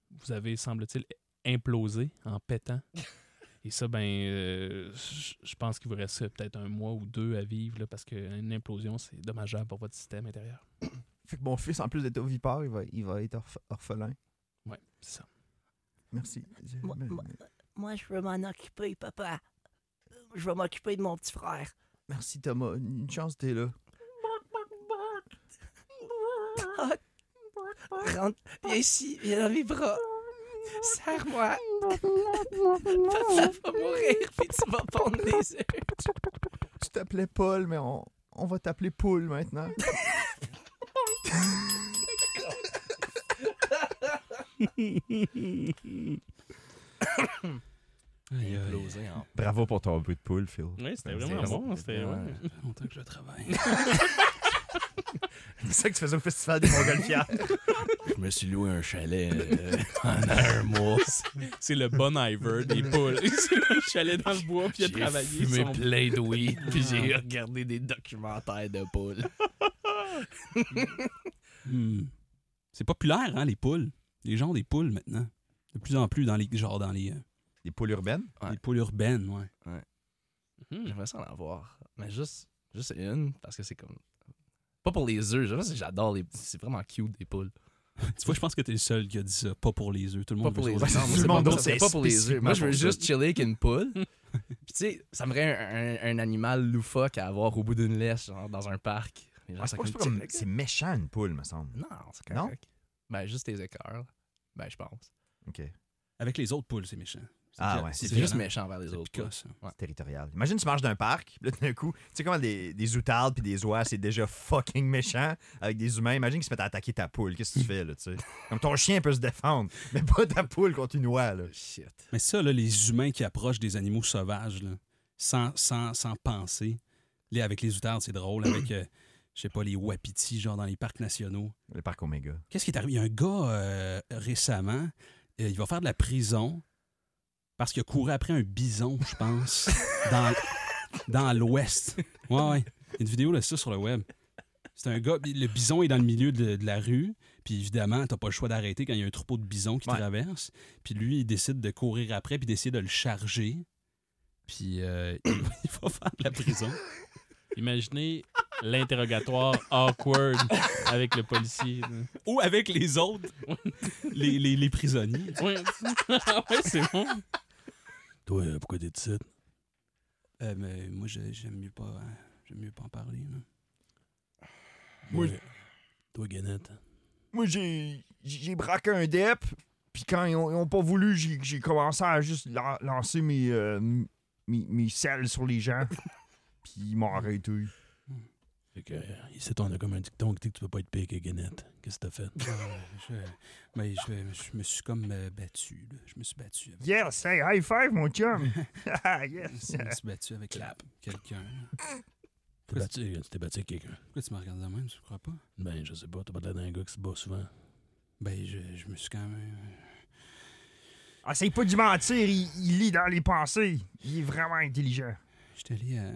Speaker 4: vous avez, semble-t-il, implosé en
Speaker 6: *laughs*
Speaker 4: pétant. Et ça, ben, euh, je je pense qu'il vous reste euh, peut-être un mois ou deux à vivre là, parce qu'une implosion, c'est dommageable pour votre système intérieur.
Speaker 2: Fait que mon fils, en plus d'être ovipare, il va, il va être orph- orphelin.
Speaker 4: Ouais, c'est ça.
Speaker 2: Merci. Je-
Speaker 7: Moi-
Speaker 2: me-
Speaker 7: moi-
Speaker 2: me-
Speaker 7: Moi, je veux m'en occuper, papa. Je vais m'occuper de mon petit frère.
Speaker 2: Merci, Thomas. Une chance, t'es là.
Speaker 3: Rentre, viens ici, viens dans mes bras. Serre-moi. *laughs* Papa va mourir, puis tu vas pondre des œufs.
Speaker 2: Tu t'appelais Paul, mais on, on va t'appeler Poule maintenant.
Speaker 1: Aïe, aïe.
Speaker 3: Implosé hein. en
Speaker 2: Bravo pour ton bruit de poule, Phil.
Speaker 6: Oui, c'était
Speaker 2: C'est
Speaker 6: vraiment
Speaker 2: bon.
Speaker 6: bon. C'était
Speaker 3: Ouais.
Speaker 6: ouais.
Speaker 1: Longtemps que je travaille.
Speaker 2: C'est ça que tu faisais au Festival des Montgolfières.
Speaker 3: Je me suis loué un chalet *laughs* euh, en un mois.
Speaker 6: C'est le bon Iver *laughs* des
Speaker 4: *laughs*
Speaker 6: poules. C'est le chalet dans le bois, puis il a
Speaker 3: J'ai
Speaker 6: travaillé.
Speaker 3: fumé
Speaker 6: son-
Speaker 3: plein de weed, puis j'ai regardé des documentaires de poules.
Speaker 1: *coughs*
Speaker 3: *laughs*
Speaker 1: Hmm. C'est populaire, hein, les poules. Les gens ont des poules maintenant. De plus en plus dans les genre dans les, euh,
Speaker 2: *laughs* Des poules urbaines?
Speaker 3: Ouais.
Speaker 1: les poules urbaines, ouais. *laughs*
Speaker 4: Mhm.
Speaker 3: J'aimerais ça en avoir. Mais juste, juste une, parce que c'est comme. Pas pour les œufs, je sais pas si j'adore les. C'est vraiment cute des poules.
Speaker 1: tu vois, je pense que t'es le seul qui a dit ça. Pas pour les œufs. Tout le
Speaker 3: Pas
Speaker 1: monde
Speaker 3: pour
Speaker 1: veut
Speaker 3: les
Speaker 1: son
Speaker 3: œufs.
Speaker 1: œuf.
Speaker 3: Non, moi,
Speaker 2: Tout
Speaker 3: *laughs* c'est
Speaker 2: le
Speaker 3: pas
Speaker 2: monde
Speaker 3: pour
Speaker 2: dit
Speaker 3: ça, c'est pas pour les œufs. Moi, je veux
Speaker 2: spécifiquement
Speaker 3: juste chiller avec une poule. *laughs* Puis tu sais, ça me rend un, un- un animal loufoque à avoir au bout d'une laisse, genre dans un parc. Les gens
Speaker 2: Ah, c'est
Speaker 3: sont
Speaker 2: pas- c'est pas
Speaker 3: comme,
Speaker 2: comme- c'est méchant, une poule, me semble.
Speaker 3: Non, c'est correct. Ben, juste tes écœurs. Ben, je pense.
Speaker 2: OK.
Speaker 1: Avec les autres poules, c'est méchant. C'est
Speaker 2: Ah
Speaker 1: viol-
Speaker 2: ouais,
Speaker 3: C'est
Speaker 2: C'est
Speaker 3: juste
Speaker 1: violent.
Speaker 3: méchant envers les
Speaker 1: C'est
Speaker 3: autres.
Speaker 1: picasse, hein.
Speaker 2: Territorial. Imagine, tu marches d'un parc, puis là, tout d'un coup, tu sais comment des, des outardes puis des oies, c'est déjà fucking méchant avec des humains. Imagine qu'ils se mettent à attaquer ta poule. Qu'est-ce que tu fais, là, tu sais? Comme ton chien peut se défendre, mais pas ta poule contre une oie, là.
Speaker 3: quoi. Shit.
Speaker 1: Mais ça, là, les humains qui approchent des animaux sauvages, là, sans, sans, sans penser. Les, avec les outardes, c'est drôle. Avec, euh, je sais pas, les wapitis, genre dans les parcs nationaux.
Speaker 2: Le parc Oméga.
Speaker 1: Qu'est-ce qui est arrivé? Il y a un gars euh, récemment, euh, il va faire de la prison parce qu'il a couru après un bison, je *laughs* pense, dans, dans l'ouest. Ouais, ouais. Il y a une vidéo de ça sur le web. C'est un gars, puis le bison est dans le milieu de, de la rue, puis évidemment, t'as pas le choix d'arrêter quand il y a un troupeau de bisons qui
Speaker 2: Ouais.
Speaker 1: traverse. Puis lui, il décide de courir après, puis d'essayer de le charger. Puis euh, il, va- il va faire de la prison.
Speaker 6: Imaginez l'interrogatoire *laughs* awkward avec le policier. là.
Speaker 1: Ou avec les autres, les, les- les prisonniers.
Speaker 6: Ouais, *laughs* Ah ouais, c'est bon.
Speaker 4: Toi, euh, pourquoi t'es ici?
Speaker 1: Euh, mais moi, je- j'aime mieux pas, hein, j'aime mieux pas en parler. là.
Speaker 4: Moi, Toi, hein? Guinette.
Speaker 2: Moi, j'ai j'ai braqué un E DEP, puis quand ils ont, ils ont pas voulu, j'ai j'ai commencé à juste lan- lancer mes, euh, mes, mes selles sur les *laughs* gens. Puis ils m'ont arrêté.
Speaker 8: Fait que, euh, ici, on a comme un dicton qui dit que tu peux pas être pire que Guinette. Qu'est-ce que t'as
Speaker 6: *laughs*
Speaker 8: fait?
Speaker 1: je, mais je, je me suis comme euh, battu. là. Je me suis battu avec,
Speaker 2: Yes, say high five, mon chum. Ah, yes.
Speaker 1: je me suis battu avec quelqu'un.
Speaker 8: T'es battu, tu t'es battu avec euh, quelqu'un.
Speaker 1: Pourquoi tu me regardes de même, je crois pas?
Speaker 8: Ben, je sais pas, t'as pas de l'air d'un gars qui se bat souvent.
Speaker 1: Ben, je, je me suis quand même...
Speaker 2: Ah, Essaye pas de mentir, il, il lit dans les pensées. Il est vraiment intelligent.
Speaker 1: J'étais allé à...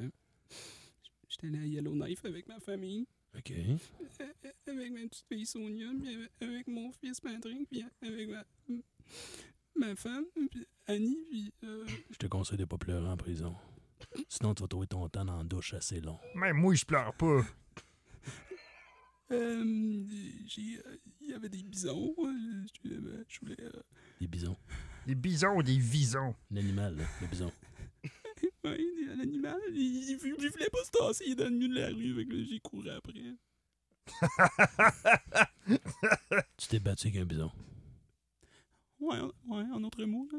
Speaker 1: J'étais allé à Yellowknife avec ma famille,
Speaker 8: OK.
Speaker 1: euh, avec ma petite fille Sonia, puis avec- avec mon fils Patrick, puis avec ma, ma femme, puis Annie, puis... euh,
Speaker 8: Je te conseille de pas pleurer en prison. Sinon, tu vas trouver ton temps dans la douche assez long.
Speaker 2: Même moi, je pleure pas.
Speaker 1: euh, j'ai, euh, il y avait des bisons. euh, je, euh, je voulais... euh,
Speaker 8: Les bisons.
Speaker 2: Des bisons, des visons.
Speaker 8: L'animal, là, le bison.
Speaker 1: Oui, l'animal, il, il, il voulait pas se tasser, il est dans le milieu de la rue, fait que là, j'ai couru après.
Speaker 8: Tu t'es battu avec un bison.
Speaker 1: Ouais, en- ouais, en autre mot, là.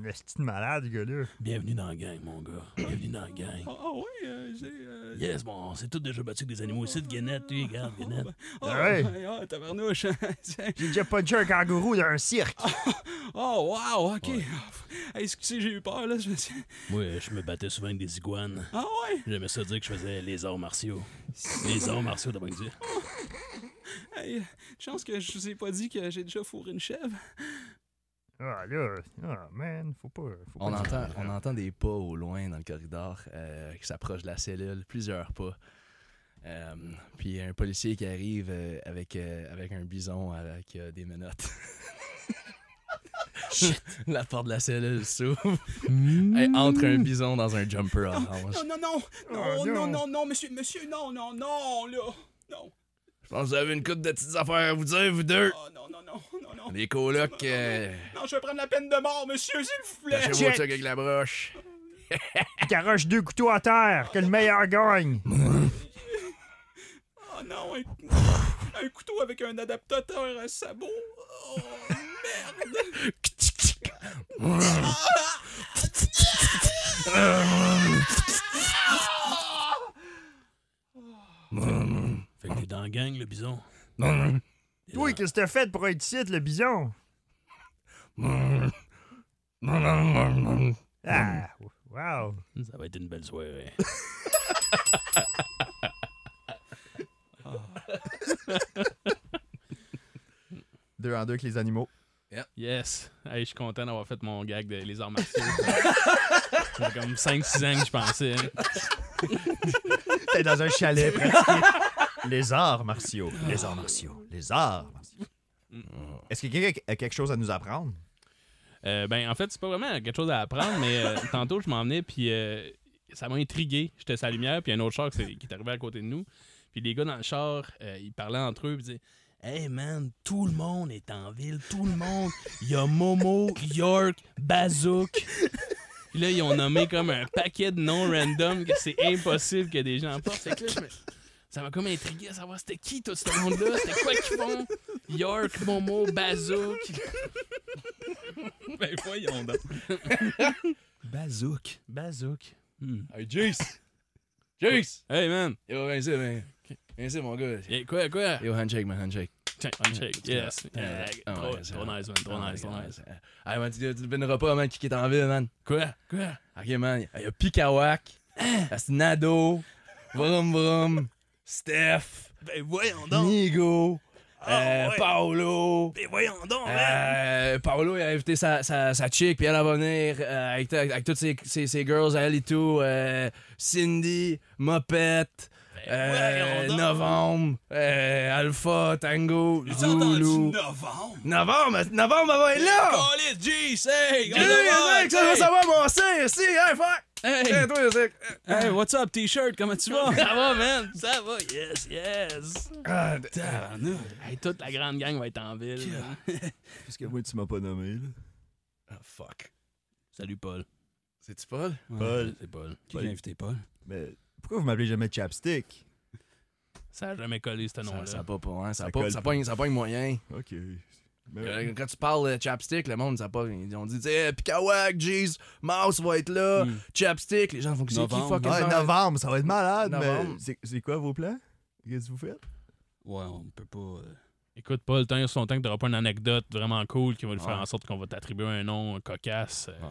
Speaker 2: Un esti de malade, gars-là.
Speaker 8: Bienvenue dans la gang, mon gars. Bienvenue dans la gang.
Speaker 1: Ah, ah ouais, euh, j'ai... euh,
Speaker 8: Yes, bon, on s'est tous déjà battus avec des animaux ici. Guinette, lui, regarde, Guinette.
Speaker 1: Ah
Speaker 2: Ouais.
Speaker 1: ouais, ah, tabarnouche. *laughs*
Speaker 2: J'ai déjà punché un kangourou dans un cirque.
Speaker 1: oh, wow, OK. Hey, excusez, j'ai eu peur, là. Je me suis...
Speaker 8: Moi, euh, je me battais souvent avec des iguanes.
Speaker 1: Ah ouais?
Speaker 8: J'aimais ça dire que je faisais les arts martiaux. Les arts martiaux, t'as bien dit.
Speaker 1: Hey, chance que je vous ai pas dit que j'ai déjà fourré une chèvre.
Speaker 2: Ah, là. Ah, man, faut pas. Faut pas
Speaker 3: On
Speaker 2: dire
Speaker 3: entend,
Speaker 2: ça.
Speaker 3: on entend des pas au loin dans le corridor euh, qui s'approchent de la cellule, plusieurs pas. Euh, puis un policier qui arrive euh, avec, euh, avec un bison euh, qui a des menottes. *laughs* Shit! Hmm. La porte de la cellule s'ouvre. Et entre un bison dans un *laughs* jumper orange.
Speaker 1: Non, non, non. Non,
Speaker 2: Oh,
Speaker 1: non,
Speaker 2: non.
Speaker 1: non, non, monsieur, monsieur, non, non, non, là. Non.
Speaker 3: Je pense que vous avez une coupe de petites affaires à vous dire, vous deux.
Speaker 1: Ah, non, non, non, non, non.
Speaker 3: Des colocs, euh,
Speaker 1: Non, je vais prendre la peine de mort, monsieur, s'il vous plaît.
Speaker 3: tâchez-vous de ça avec la broche.
Speaker 2: Garoche deux couteaux à terre, que le meilleur gagne.
Speaker 1: Oh non, un, un couteau avec un adaptateur à sabot. Oh, merde.
Speaker 8: Fait que t'es dans la gang, le bison.
Speaker 2: Toi, qu'est-ce que t'as fait pour être ici, le bison? Ah, wow.
Speaker 8: Ça va être une belle soirée.
Speaker 2: Deux en deux avec les animaux.
Speaker 4: Yes. Hey, je suis content d'avoir fait mon gag de les
Speaker 8: *laughs*
Speaker 4: arts martiaux. Ça fait comme 5-6 ans que je pensais. hein.
Speaker 2: T'es dans un chalet pratiquer les arts martiaux. Les arts martiaux. Les arts martiaux. Est-ce que quelqu'un a quelque chose à nous apprendre?
Speaker 4: Euh, ben, en fait, c'est pas vraiment quelque chose à apprendre,
Speaker 1: *laughs*
Speaker 4: mais euh, tantôt, je m'en venais, puis euh, ça m'a intrigué. J'étais sa lumière, puis un autre char qui s'est- qui est arrivé à côté de nous. Puis les gars dans le char, euh, ils parlaient entre eux, puis ils disaient
Speaker 8: Hey man, tout le monde est en ville, tout le monde. Il y a Momo, York, Bazook.
Speaker 4: Puis là, ils ont nommé comme un paquet de noms random que c'est impossible que des gens portent. Fait que là, je me- Ça m'a comme intrigué à savoir c'était qui tout ce monde-là, c'était quoi qu'ils font. York, Momo, Bazook.
Speaker 1: *laughs* Ben voyons donc.
Speaker 8: Bazook.
Speaker 4: Bazook.
Speaker 3: Hey, Jace! Jace!
Speaker 4: Hey man,
Speaker 3: Yo, viens ici, viens. Viens ici, mon gars.
Speaker 4: Eh, quoi, quoi?
Speaker 3: Yo, handshake, man, handshake.
Speaker 4: Tiens, on check. Yes.
Speaker 3: Yeah.
Speaker 4: Yeah.
Speaker 3: Ah,
Speaker 4: Trop,
Speaker 3: ouais, c'est
Speaker 4: trop
Speaker 3: vrai.
Speaker 4: nice, man. Trop
Speaker 3: Ah,
Speaker 4: nice,
Speaker 3: ouais,
Speaker 4: trop
Speaker 3: ouais, Ah,
Speaker 4: nice.
Speaker 3: ouais. Hey, man, tu tu devineras pas, man, qui qui est en ville, man.
Speaker 4: Quoi? Quoi? Hein?
Speaker 3: Ok, man, il y a Pikawak, Asnado, Vroom Vroom, Steph,
Speaker 9: Ben voyons
Speaker 3: Nigo,
Speaker 4: Ah,
Speaker 3: euh,
Speaker 9: ouais.
Speaker 3: Paolo.
Speaker 9: Ben voyons donc,
Speaker 3: Euh, Paolo, il a invité sa, sa, sa chick, puis elle elle va venir euh, avec, avec- avec toutes ses, ses, ses girls, elle et tout. euh, Cindy, Mopette,
Speaker 4: Ben,
Speaker 3: euh,
Speaker 9: voyons donc.
Speaker 3: Novembre, euh, Alpha, Tango,
Speaker 1: J'ai entendu
Speaker 3: Zulu.
Speaker 1: novembre.
Speaker 3: Novembre, novembre, elle va être là!
Speaker 1: Allez, Jeez, hey!
Speaker 3: Hey, mec, ça va savoir mon C, si, hey, frère! Hey, toi, c'est-
Speaker 1: Hey, what's up, T-shirt, comment tu vas?
Speaker 4: Ça va, man. Ça va. Yes, yes.
Speaker 3: Ah,
Speaker 4: Hey, toute la grande gang va être en ville. man.
Speaker 2: Parce que moi, tu m'as pas nommé.
Speaker 3: fuck.
Speaker 8: Salut Paul.
Speaker 3: C'est-tu Paul?
Speaker 2: Paul.
Speaker 8: C'est Paul.
Speaker 1: Qui l'a invité, Paul?
Speaker 2: Mais pourquoi vous m'appelez jamais Chapstick?
Speaker 4: Ça a jamais collé, ce
Speaker 3: Ça,
Speaker 4: nom-là.
Speaker 3: ça pas pour, hein? Ça,
Speaker 2: Ça
Speaker 3: pas,
Speaker 2: colle
Speaker 3: ça
Speaker 2: pas.
Speaker 3: pogne, ça pogne moyen.
Speaker 2: OK.
Speaker 3: Euh, Quand tu parles de chapstick, le monde, ça pas. Ils ont dit, eh, Pikawak, Jeez, Mouse va être là, chapstick. Les gens font que c'est qui
Speaker 1: Hmm. Novembre.
Speaker 3: fucking.
Speaker 2: Ouais,
Speaker 3: Mouse?
Speaker 2: Ah, novembre, ça va être malade,
Speaker 3: Novembre.
Speaker 2: mais c'est- c'est quoi vos plans? Qu'est-ce que vous faites?
Speaker 1: Ouais, on peut pas. euh,
Speaker 4: Écoute, Paul, tant son temps que t'auras pas une anecdote vraiment cool qui va lui faire en sorte qu'on va t'attribuer un nom cocasse, euh,
Speaker 1: ça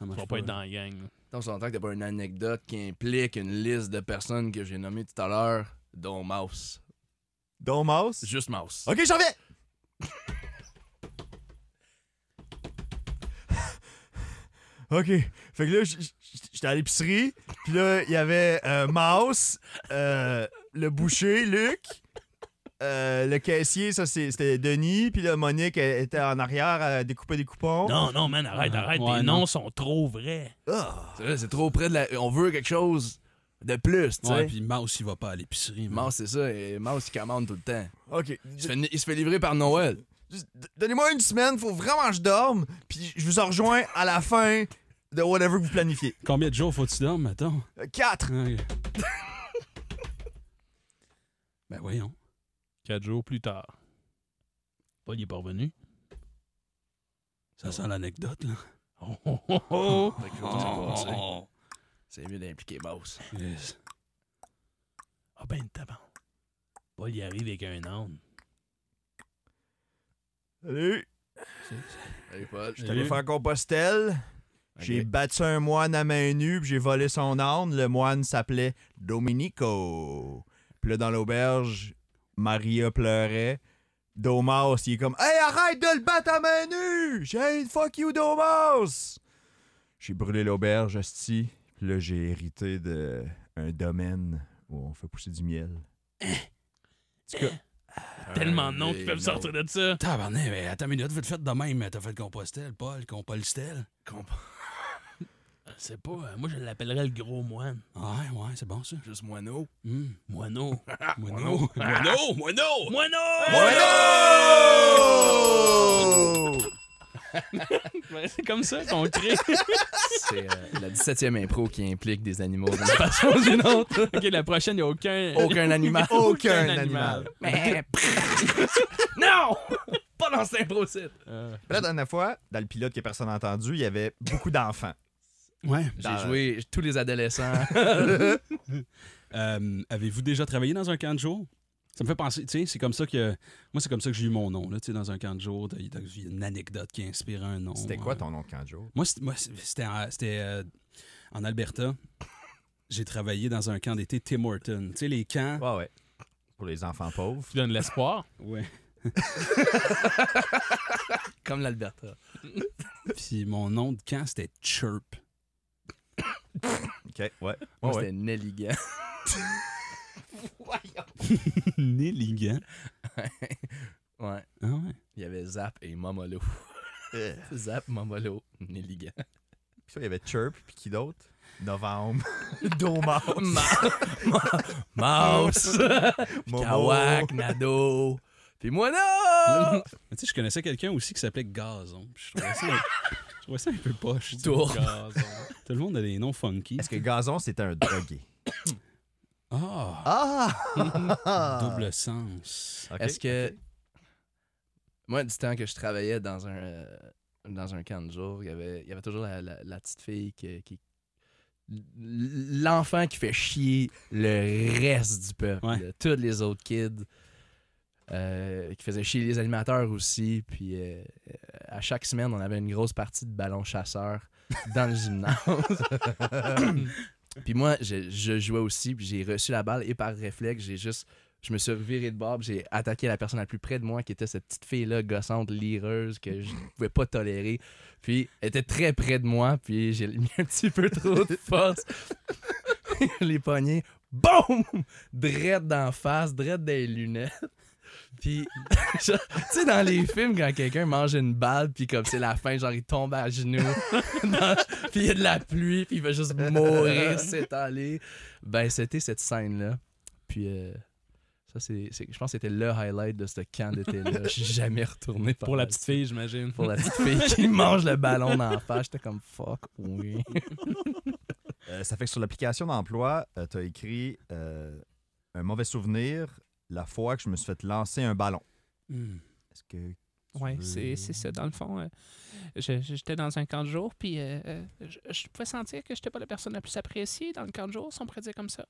Speaker 4: tu
Speaker 1: marche
Speaker 4: vas pas être dans la gang. là.
Speaker 3: Donc, on entend que t'as pas une anecdote qui implique une liste de personnes que j'ai nommées tout à l'heure, dont Mouse.
Speaker 2: Don Mouse?
Speaker 3: Juste Mouse.
Speaker 2: Ok, j'en viens! ok, fait que là, j- j- j'étais à l'épicerie, puis là, il y avait euh, Mouse, euh, le boucher, Luc, euh, le caissier, ça c'est- c'était Denis, puis là, Monique elle était en arrière à découper des coupons.
Speaker 4: Non, non, man, arrête, arrête.
Speaker 1: Ouais,
Speaker 4: tes
Speaker 1: non.
Speaker 4: noms sont trop vrais.
Speaker 2: Ah,
Speaker 3: C'est vrai, C'est trop près de la. On veut quelque chose de plus, tu sais.
Speaker 1: Ouais, puis Mouse, il va pas à l'épicerie. man.
Speaker 3: Mouse, c'est ça. Et Mouse, il commande tout le temps.
Speaker 2: ok.
Speaker 3: Il se fait, il se fait livrer par Noël.
Speaker 2: Juste, d- Donnez-moi une semaine, faut vraiment que je dorme, puis je vous en rejoins à la fin de whatever que vous planifiez.
Speaker 1: Combien de jours faut-tu dormir, mettons?
Speaker 2: Euh, Quatre!
Speaker 1: Ouais. ben voyons.
Speaker 4: Quatre jours plus tard.
Speaker 5: Paul, il est pas revenu.
Speaker 1: Ça sent l'anecdote, là.
Speaker 4: Oh, oh, oh, oh.
Speaker 3: Fait que je sais pas, tu sais.
Speaker 2: Oh.
Speaker 3: C'est mieux d'impliquer Mouse.
Speaker 1: Yes.
Speaker 5: Ah ben, tabarnak. Paul, il arrive avec un âne.
Speaker 2: Salut!
Speaker 3: Salut, Paul.
Speaker 2: J'étais allé faire Compostelle. J'ai battu un moine à main nue, puis j'ai volé son âne. Le moine s'appelait Dominico. Puis là, dans l'auberge, Maria pleurait. Domas, il est comme Hey, arrête de le battre à main nue! J'ai une fuck you, Domas! J'ai brûlé l'auberge, asti. Puis là, j'ai hérité d'un domaine où on fait pousser du miel.
Speaker 4: Tellement de noms qui peuvent sortir de ça.
Speaker 1: *laughs* Tabarnak, mais attends une minute, vous le faites de même. T'as fait Compostelle, Paul, Compostelle.
Speaker 5: C'est pas. euh, moi, je l'appellerais le gros moine.
Speaker 1: Ah Ouais, ouais, c'est bon, ça.
Speaker 3: Juste moineau.
Speaker 1: Hmm.
Speaker 5: Moineau.
Speaker 1: Moineau. *laughs* Moineau, moineau!
Speaker 5: Moineau!
Speaker 2: Oh Moineau!
Speaker 4: Ouais, c'est comme ça qu'on crée.
Speaker 3: C'est euh, la 17e impro qui implique des animaux.
Speaker 2: *laughs*
Speaker 3: d'une façon-
Speaker 4: *laughs* ok, la prochaine, il n'y a aucun.
Speaker 5: Oh.
Speaker 3: Aucun animal.
Speaker 2: Oh, Aucun animal.
Speaker 3: *laughs*
Speaker 4: Non!
Speaker 3: Pas dans cet impro-site.
Speaker 2: Puis La dernière fois, dans le pilote que personne n'a entendu, il y avait beaucoup d'enfants.
Speaker 1: Ouais.
Speaker 3: J'ai
Speaker 2: Dans-
Speaker 3: joué tous les adolescents. *laughs*
Speaker 1: Euh, Avez-vous déjà travaillé dans un camp de jour? Ça me fait penser, tu sais, c'est comme ça que. Moi, c'est comme ça que j'ai eu mon nom, là, tu sais, dans un camp de jour. t'as- t'as- Il y a une anecdote qui inspire un nom.
Speaker 2: C'était quoi
Speaker 1: Euh,
Speaker 2: ton nom de camp de jour?
Speaker 1: Moi, c'est- moi, c'est- c'était en, c'était, euh, en Alberta. J'ai travaillé dans un camp d'été Tim Horton. Tu sais, les camps.
Speaker 2: Ouais, ouais. Pour les enfants pauvres.
Speaker 4: Tu donnes l'espoir.
Speaker 1: Ouais.
Speaker 3: Comme l'Alberta.
Speaker 1: Puis mon nom de camp, c'était Chirp.
Speaker 2: OK, ouais.
Speaker 3: Moi,
Speaker 2: Ouais, ouais.
Speaker 3: c'était Nelligan. *laughs*
Speaker 1: Néligan.
Speaker 3: Ouais.
Speaker 1: Ah ouais.
Speaker 3: Il y avait Zap et Momolo.
Speaker 2: Euh,
Speaker 3: Zap, Momolo,
Speaker 2: *laughs*
Speaker 3: Nelligan.
Speaker 2: Puis ça, il y avait Chirp, puis qui d'autre? Novembre. Domas. *laughs*
Speaker 3: Mouse,
Speaker 2: Momo.
Speaker 3: Kawak, Nado. Puis
Speaker 2: *laughs*
Speaker 3: moi, non!
Speaker 1: Mais tu sais, je connaissais quelqu'un aussi qui s'appelait Gazon. Puis Je trouvais ça, je trouvais ça un peu poche. tu sais.
Speaker 3: Tour.
Speaker 1: Gazon. Tout le monde a des noms funky.
Speaker 2: Est-ce que Gazon, c'était un drogué?
Speaker 1: Ah!
Speaker 2: *laughs* Ah!
Speaker 1: Double sens.
Speaker 2: Ok,
Speaker 3: Est-ce que.
Speaker 2: ok.
Speaker 3: Moi, du temps que je travaillais dans un, euh, dans un camp de jour, il y avait, il y avait toujours la, la- la petite fille qui. qui- L'enfant qui fait chier le reste du peuple,
Speaker 1: Ouais.
Speaker 3: là, tous les autres kids, euh, qui faisait chier les animateurs aussi. Puis euh, euh, à chaque semaine, on avait une grosse partie de ballon chasseur dans
Speaker 2: *laughs*
Speaker 3: le gymnase. puis moi, je, je jouais aussi, puis j'ai reçu la balle et par réflexe, j'ai juste je me suis reviré de barbe, j'ai attaqué la personne la plus près de moi qui était cette petite fille-là, gossante, lireuse, que je pouvais pas tolérer. Puis elle était très près de moi, puis j'ai mis *laughs* un petit peu trop de force. *laughs* Les poignets, boum! Drette d'en face, drette des lunettes. Puis, *laughs* je- tu sais, dans les films, quand quelqu'un mange une balle, puis comme c'est la fin, genre il tombe à genoux, *laughs* dans- puis il y a de la pluie, puis il va juste
Speaker 4: *laughs*
Speaker 3: mourir, s'étaler. Ben, c'était cette scène-là. Puis, euh, ça, c'est, c'est- je pense que c'était le highlight de ce camp d'été-là. Je suis jamais retourné par
Speaker 4: Pour la
Speaker 3: là.
Speaker 4: petite fille, j'imagine.
Speaker 3: Pour la petite fille
Speaker 10: *laughs*
Speaker 3: qui mange le ballon d'en face, j'étais comme fuck, oui.
Speaker 2: Euh, ça fait que sur l'application d'emploi, euh, t'as écrit euh, un mauvais souvenir la fois que je me suis fait lancer un ballon.
Speaker 1: Hmm.
Speaker 2: Est-ce que tu
Speaker 11: Oui, c'est c'est ça. Dans le fond, euh, je- je- j'étais dans un camp de jour, puis euh, euh, je, je pouvais sentir que j'étais pas la personne la plus appréciée dans le camp de jour, si on pourrait dire comme ça.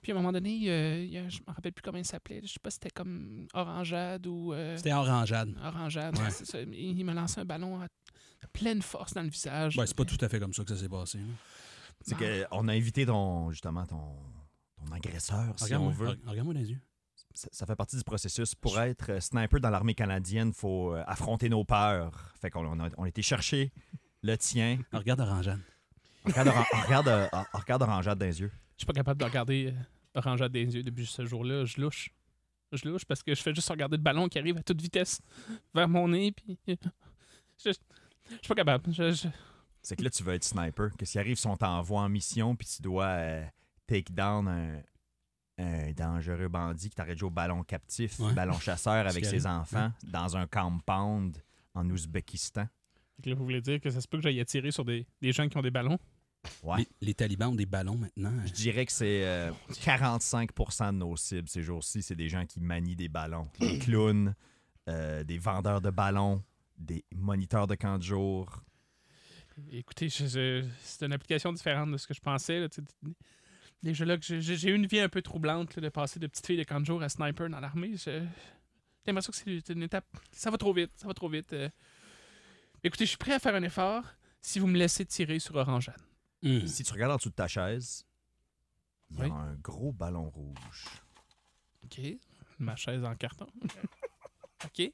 Speaker 11: Puis à un moment donné, il y a- il y a- je me rappelle plus comment il s'appelait. Je sais pas si c'était comme Orangeade ou. euh,
Speaker 1: C'était orangeade.
Speaker 11: Orangeade, ouais, c'est ça. Il, il me lançait un ballon à pleine force dans le visage.
Speaker 1: Ouais, Ben, c'est pas tout à fait comme ça que ça s'est passé. là.
Speaker 4: Ah.
Speaker 2: C'est que on a invité ton justement ton, ton agresseur, si on
Speaker 1: Regarde-moi
Speaker 2: veut.
Speaker 1: re- regarde-moi dans les yeux.
Speaker 2: Ça, ça fait partie du processus. Pour être euh, sniper dans l'armée canadienne, faut euh, affronter nos peurs. Fait qu'on on a, on a été chercher le tien.
Speaker 1: Regarde orangeade.
Speaker 2: On regarde, Oran- on regarde, euh, on regarde Orangeade dans les yeux.
Speaker 11: Je suis pas capable de regarder euh, Orangeade des yeux depuis ce jour-là. Je louche. Je louche parce que je fais juste regarder le ballon qui arrive à toute vitesse vers mon nez. Puis... Je, je suis pas capable. Je- je-
Speaker 2: C'est que là, tu veux être sniper. Que s'il arrive, si on t'envoie en mission, puis tu dois euh, take down un, un dangereux bandit qui t'arrête de jouer au ballon captif,
Speaker 1: Ouais.
Speaker 2: ballon chasseur avec
Speaker 1: Scary.
Speaker 2: ses enfants, dans un compound en Ouzbékistan.
Speaker 11: Fait que là, vous voulez dire que ça se peut que j'aille attirer sur des, des gens qui ont des ballons?
Speaker 2: Ouais.
Speaker 1: Les, les talibans ont des ballons maintenant. hein.
Speaker 2: Je dirais que c'est euh, 45% de nos cibles ces jours-ci, c'est des gens qui manient des ballons. Des
Speaker 11: Mm.
Speaker 2: clowns, euh, des vendeurs de ballons, des moniteurs de camp de jour.
Speaker 11: Écoutez, je- je- c'est une application différente de ce que je pensais. là, tu sais. Déjà là, que j'ai- j'ai j'ai eu une vie un peu troublante là, de passer de petite fille de camp de jour à sniper dans l'armée. Je- J'ai l'impression que c'est une étape. Ça va trop vite, ça va trop vite. euh. Écoutez, je suis prêt à faire un effort si vous me laissez tirer sur Orangeade.
Speaker 1: Hmm.
Speaker 2: Si tu regardes en dessous de ta chaise, il y a
Speaker 11: Mm. Oui.
Speaker 2: un gros ballon rouge.
Speaker 11: OK. Ma chaise en carton. OK.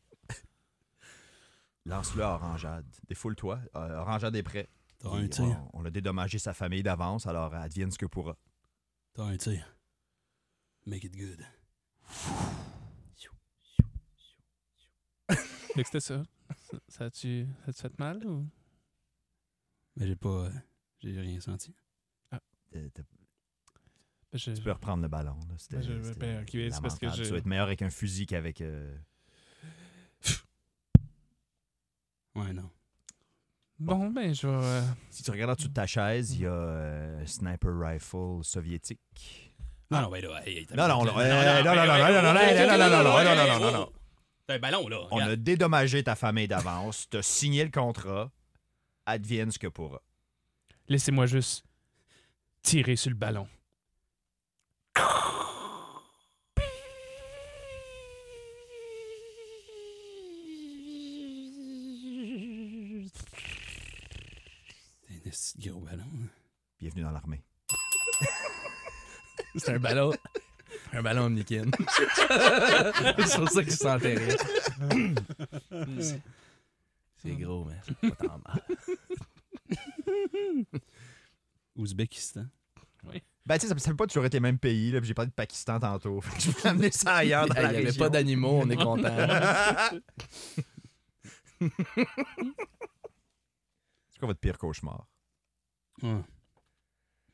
Speaker 2: Lance-le à Orangeade. Défoule-toi. Euh, Orangeade est prêt.
Speaker 1: T'as un
Speaker 2: Et
Speaker 1: tir.
Speaker 2: on, on a dédommagé sa famille d'avance, alors euh, advienne ce que pourra.
Speaker 1: T'as un tir. Make it good.
Speaker 11: Fait que c'était ça. Ça- Ça a-tu ça a-tu fait mal ou.
Speaker 1: Mais j'ai pas. euh, J'ai rien senti.
Speaker 2: Euh, t'as-
Speaker 11: Ben, je-
Speaker 2: tu peux reprendre le ballon. là. C'était-
Speaker 11: Ben, je-
Speaker 2: c'était
Speaker 11: ben, ok, c'est parce que
Speaker 2: lamentable.
Speaker 11: je-
Speaker 2: Tu vas être meilleur avec un fusil qu'avec. euh,
Speaker 1: Ouais, non.
Speaker 11: Bon, ben, je vais. euh,
Speaker 2: Si tu regardes en dessous de ta chaise, il y a euh, un sniper rifle soviétique.
Speaker 1: Non, non, ben là, hey, hey, t'as-
Speaker 2: Non, non, non,
Speaker 1: ben,
Speaker 2: euh, non, non, non, non, non, non, non, non, non, non, non, non, non, non, non.
Speaker 1: T'as un ballon, là.
Speaker 2: On
Speaker 1: regarde.
Speaker 2: a dédommagé ta famille d'avance, t'as signé le contrat, advienne ce que pourra.
Speaker 11: Laissez-moi juste tirer sur le ballon.
Speaker 1: T'as un esti de gros ballon. hein.
Speaker 2: Bienvenue dans l'armée.
Speaker 12: C'est un ballon. un ballon omnikin. *laughs* c'est pour ça qu'il sentait rien. *clears throat* C'est gros, mais c'est pas tant mal.
Speaker 1: Ouzbékistan.
Speaker 2: Ben, tu sais, ça me semble pas toujours été les mêmes pays, là, puis j'ai parlé de Pakistan tantôt. *laughs* Fait que Je vais amener ça ailleurs
Speaker 12: Il
Speaker 2: dans
Speaker 12: n'y
Speaker 2: la
Speaker 12: avait
Speaker 2: région.
Speaker 12: pas d'animaux, on est content.
Speaker 2: C'est quoi votre pire cauchemar?
Speaker 1: Ouais.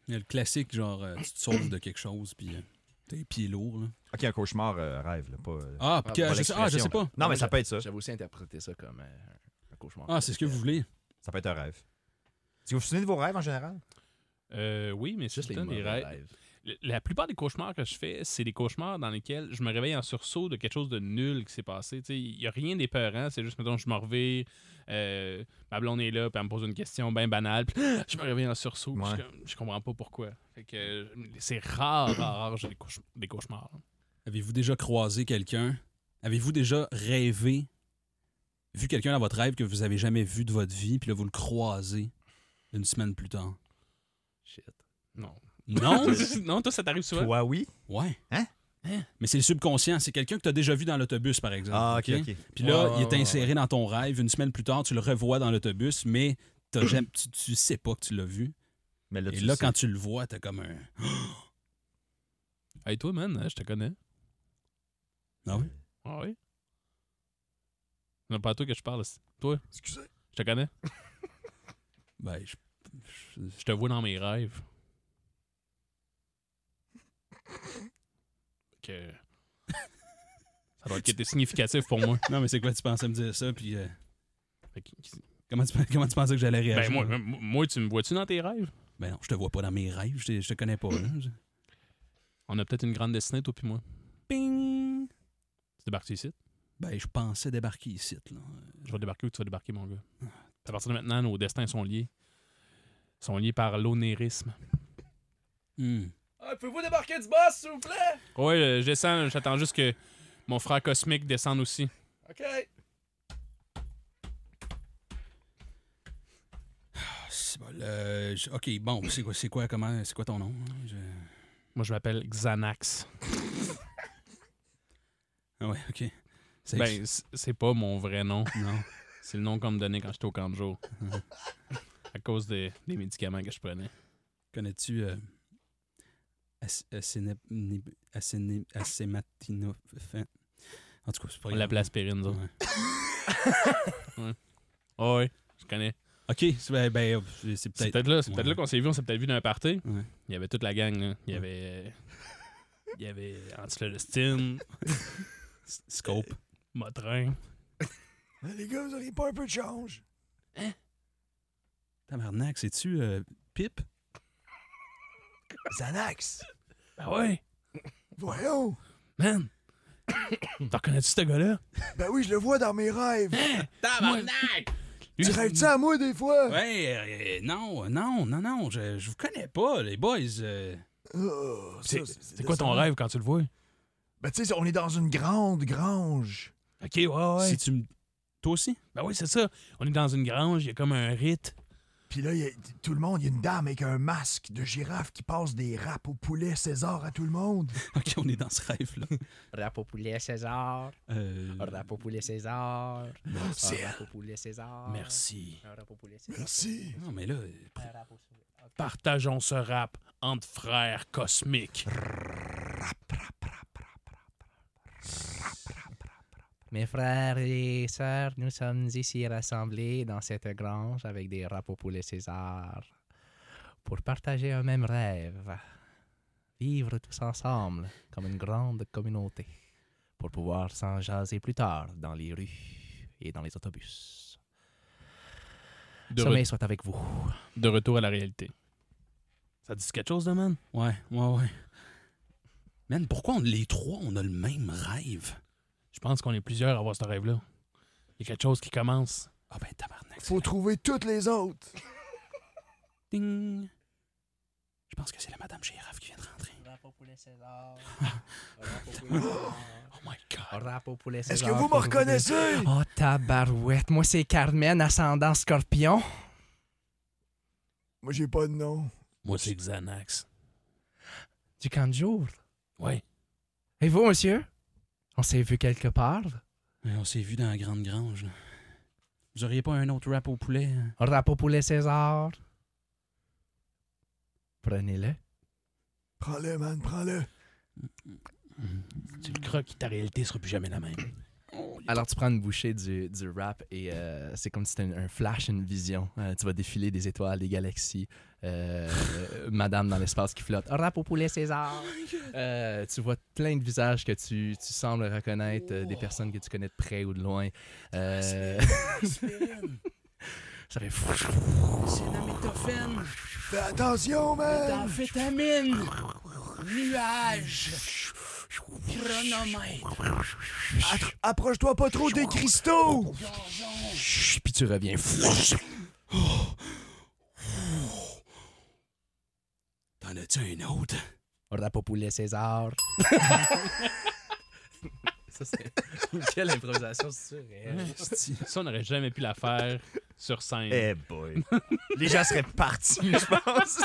Speaker 1: Il y a le classique, genre, euh, tu te sauves de quelque chose, puis euh, t'as les pieds lourds, là.
Speaker 2: Ok, un cauchemar euh, rêve, là, pas... euh,
Speaker 1: Ah, puis que-
Speaker 12: pas
Speaker 1: je sais, ah, je sais
Speaker 12: l'expression,
Speaker 1: pas.
Speaker 2: Non, mais
Speaker 12: moi,
Speaker 2: ça peut être ça.
Speaker 12: J'avais aussi interprété ça comme euh, un- un cauchemar.
Speaker 1: Ah, c'est ce que vous voulez.
Speaker 2: Ça peut être un rêve. Est-ce que vous vous souvenez de vos rêves en général?
Speaker 4: Euh, oui, mais
Speaker 12: Juste les
Speaker 4: surtout
Speaker 12: mauvais
Speaker 4: des rêves.
Speaker 12: rêves.
Speaker 4: Le- La plupart des cauchemars que je fais, c'est des cauchemars dans lesquels je me réveille en sursaut de quelque chose de nul qui s'est passé. Tu sais, Il n'y a rien d'épeurant, c'est juste, mettons, je me revire, euh, ma blonde est là, puis elle me pose une question bien banale, puis *gasps* je me réveille en sursaut, puis
Speaker 2: Ouais.
Speaker 4: je suis comme- je, comprends pas pourquoi. Fait que euh, c'est rare, rare, rare, j'ai des, couche- des cauchemars.
Speaker 1: Avez-vous déjà croisé quelqu'un? Avez-vous déjà rêvé, vu quelqu'un dans votre rêve que vous avez jamais vu de votre vie, puis là, vous le croisez une semaine plus tard?
Speaker 12: Shit.
Speaker 4: Non. *laughs*
Speaker 1: Non?
Speaker 4: non, toi, ça t'arrive souvent?
Speaker 2: Toi, oui.
Speaker 1: ouais.
Speaker 2: Hein?
Speaker 1: Mais c'est le subconscient. C'est quelqu'un que tu as déjà vu dans l'autobus, par exemple.
Speaker 2: Ah, ok,
Speaker 1: Euh, ok?
Speaker 2: ok.
Speaker 1: Puis
Speaker 12: Ouais,
Speaker 1: là,
Speaker 12: ouais,
Speaker 1: il est
Speaker 12: ouais,
Speaker 1: inséré dans ton rêve. Une semaine plus tard, tu le revois dans l'autobus, mais t'as jamais- tu, tu sais pas que tu l'as vu.
Speaker 2: Mais là,
Speaker 1: Et
Speaker 2: tu
Speaker 1: là,
Speaker 2: sais.
Speaker 1: quand tu le vois, t'as comme un.
Speaker 4: Hey, toi, man, hein, je te connais.
Speaker 1: Ah oui?
Speaker 4: Ah oui? Non, pas à toi que je parle, c'est- toi.
Speaker 2: *laughs*
Speaker 4: Excusez. Je te connais.
Speaker 1: Ben, je- je-
Speaker 4: Je te vois dans mes *laughs* rêves. Que. Ça doit être significatif pour moi.
Speaker 1: Non, mais c'est quoi, tu pensais me dire ça? Puis euh,
Speaker 4: Fait que-
Speaker 1: comment, tu, *laughs* comment tu pensais que j'allais réagir?
Speaker 4: Ben, moi, moi- moi, tu me vois-tu dans tes rêves?
Speaker 1: Ben non, je te vois pas dans mes rêves. Je te, je te connais pas. là. Je-
Speaker 4: On a peut-être une grande destinée, toi puis moi.
Speaker 1: Ping!
Speaker 4: Tu débarques ici?
Speaker 1: Ben, je pensais débarquer ici. Là.
Speaker 4: Je vais débarquer où tu vas débarquer, mon gars. À partir de maintenant, nos destins sont liés. Ils sont liés par l'onérisme.
Speaker 1: Hmm.
Speaker 10: Ah, Pouvez-vous débarquer du boss, s'il vous plaît?
Speaker 4: Ouais, euh, je descends. J'attends juste que mon frère cosmique descende aussi.
Speaker 10: OK.
Speaker 1: Ah, c'est bon, euh, je- OK, bon, c'est quoi, c'est quoi, comment, c'est quoi ton nom? hein? Je-
Speaker 4: Moi, je m'appelle Xanax.
Speaker 1: Ah ouais, OK. C'est-
Speaker 4: Ben, c- c'est pas mon vrai nom.
Speaker 1: non.
Speaker 4: C'est le nom qu'on me donnait quand j'étais au camp de
Speaker 1: *laughs*
Speaker 4: jour. à cause des, des médicaments que je prenais.
Speaker 1: Connais-tu euh, As- Assénep- Nib- Asséné- Assématinophène? En tout cas, c'est pas
Speaker 4: On l'appelait aspirine, nous autres.
Speaker 1: Ouais.
Speaker 4: Ah ouais, je connais.
Speaker 1: OK, c'est- ben, ben, euh, c'est
Speaker 4: C'est
Speaker 1: peut-être...
Speaker 4: peut-être là, c'est peut-être
Speaker 1: ouais.
Speaker 4: là qu'on s'est vu, on s'est peut-être vu dans un party.
Speaker 1: Ouais.
Speaker 4: Il y avait toute la gang, là. Il y
Speaker 1: Ouais.
Speaker 4: avait. euh, Il y avait Antiflorestine,
Speaker 1: S- Scope.
Speaker 4: Motrin.
Speaker 2: les gars, vous auriez pas un peu de change?
Speaker 1: Tabarnak, c'est-tu euh, Pip?
Speaker 2: Xanax!
Speaker 4: Ah ouais,
Speaker 2: Voyons!
Speaker 1: *coughs*
Speaker 4: man! T'en connais-tu ce gars-là?
Speaker 2: Ben oui, je le vois dans mes rêves!
Speaker 3: Hein?
Speaker 1: Tabarnak!
Speaker 4: Lui,
Speaker 2: à moi des fois?
Speaker 1: Ouais, euh, non, non, non, non, je, je vous connais pas, les boys. euh.
Speaker 2: Oh, ça,
Speaker 4: C'est- C'est quoi ton
Speaker 2: décevant.
Speaker 4: rêve quand tu le vois?
Speaker 2: Ben tu sais, on est dans une grande grange.
Speaker 4: Ok, ouais, ouais.
Speaker 1: Si tu me... Toi aussi?
Speaker 4: Ben oui, c'est ça. On est dans une grange, il y a comme un rite.
Speaker 2: Puis là, il y a- tout le monde, il y a une dame avec un masque de girafe qui passe des râpes au poulet César à tout le monde.
Speaker 1: OK, on est dans ce rêve-là.
Speaker 3: Rap au poulet César.
Speaker 1: Euh,
Speaker 3: Rap au poulet César.
Speaker 2: C'est elle.
Speaker 3: Rap au poulet César.
Speaker 4: Ah, Merci.
Speaker 3: Rap au poulet César.
Speaker 2: Merci.
Speaker 1: Non, mais là...
Speaker 3: Rap au poulet
Speaker 4: Partageons ce rap entre frères cosmiques.
Speaker 3: Mes frères et sœurs, nous sommes ici rassemblés dans cette grange avec des rapeaux poulet César pour partager un même rêve, vivre tous ensemble comme une grande communauté pour pouvoir s'en jaser plus tard dans les rues et dans les autobus.
Speaker 4: De,
Speaker 3: Sommeil soit avec vous. *gasps*
Speaker 4: re- de retour à la réalité. Ça te dit quelque chose, de man?
Speaker 1: Ouais, ouais, ouais. Man, pourquoi on, les trois, on a le même rêve?
Speaker 4: Je pense qu'on est plusieurs à avoir ce rêve-là. Il y a quelque chose qui commence.
Speaker 1: Ah ben, tabarnak. c'est
Speaker 2: Faut trouver toutes les autres.
Speaker 1: Ding. Je pense que c'est la Madame Girafe qui vient de rentrer. Oh my God.
Speaker 3: Rapeau poulet
Speaker 2: Est-ce
Speaker 3: César.
Speaker 2: que vous me
Speaker 3: pour ouvrir-
Speaker 2: reconnaissez?
Speaker 3: Oh, tabarouette. Moi, c'est Carmen, ascendant scorpion.
Speaker 2: Moi, j'ai pas de nom.
Speaker 4: Moi, c'est Xanax.
Speaker 3: Du camp de jour.
Speaker 4: Ouais.
Speaker 3: Et vous, monsieur? On s'est vu quelque part?
Speaker 1: Ouais, on s'est vu dans la grande grange. là. Vous auriez pas un autre rap au poulet? hein?
Speaker 3: Rapeau poulet César. Prenez-le.
Speaker 2: Prends-le, man, prends-le.
Speaker 1: Mm.
Speaker 4: Tu le croques, ta réalité sera plus jamais la même.
Speaker 13: Alors, tu prends une bouchée du, du rap et euh, c'est comme si c'était un, un flash, une vision. Euh, tu vas défiler des étoiles, des galaxies, euh, euh, Madame dans l'espace qui flotte.
Speaker 3: Rap au poulet César.
Speaker 13: Euh, tu vois plein de visages que tu, tu sembles reconnaître, euh, des personnes que tu connais de près ou de loin. Euh, ça fait fou-
Speaker 1: C'est la métophène,
Speaker 2: Fais attention, man!
Speaker 1: d'amphétamine, nuage, chronomètre,
Speaker 2: Attr- Approche-toi pas trop des cristaux!
Speaker 13: chut, puis tu reviens.
Speaker 1: T'en as-tu un autre?
Speaker 3: Rap au poulet César.
Speaker 13: Ça, c'est- *laughs* Quelle improvisation surréelle.
Speaker 4: Ça, on n'aurait jamais pu la faire sur scène.
Speaker 2: Eh. boy. *laughs* les gens seraient partis, *laughs* je pense.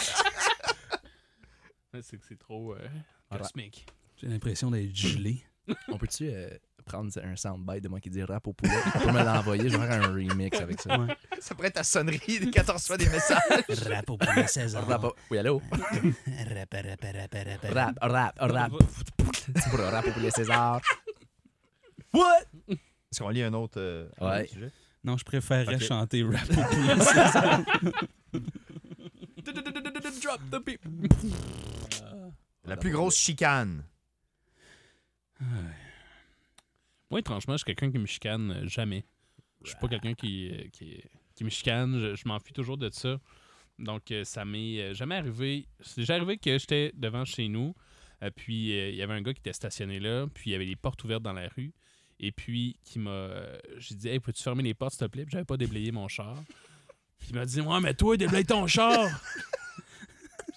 Speaker 4: Ouais, C'est que c'est trop euh, cosmique.
Speaker 1: J'ai l'impression d'être gelé.
Speaker 13: On peut-tu euh, prendre un soundbite de moi qui dit rap au
Speaker 3: *laughs*
Speaker 13: poulet? On peut me l'envoyer, je vais faire un remix avec ça.
Speaker 2: Ça pourrait être ta sonnerie des 14 fois des *laughs* messages.
Speaker 1: rap au poulet César.
Speaker 13: Rap, au- oui, allô?
Speaker 14: Rap, rap, rap, rap,
Speaker 4: Ben,
Speaker 14: rap.
Speaker 3: Rap, rap, rap. C'est pour le rap au poulet César.
Speaker 2: Est-ce qu'on lit un autre,
Speaker 13: un autre
Speaker 2: sujet?
Speaker 1: Non, je préférerais
Speaker 2: Ok.
Speaker 1: chanter rap au *laughs* poulet César.
Speaker 13: Drop the beat.
Speaker 2: La plus grosse chicane.
Speaker 4: Moi, étrangement, je suis quelqu'un qui me chicane euh, jamais. Je suis pas quelqu'un qui, euh, qui, qui me chicane. Je, je m'enfuis toujours de ça. Donc, euh, ça m'est euh, jamais arrivé. C'est déjà arrivé que j'étais devant chez nous. euh, puis, euh, il y avait un gars qui était stationné là. Puis, il y avait les portes ouvertes dans la rue. Et puis, qui m'a. euh, J'ai dit, hey, peux-tu fermer les portes, s'il te plaît? Puis j'avais pas déblayé mon char. Puis il m'a dit, ouais, mais toi, déblaye ton char!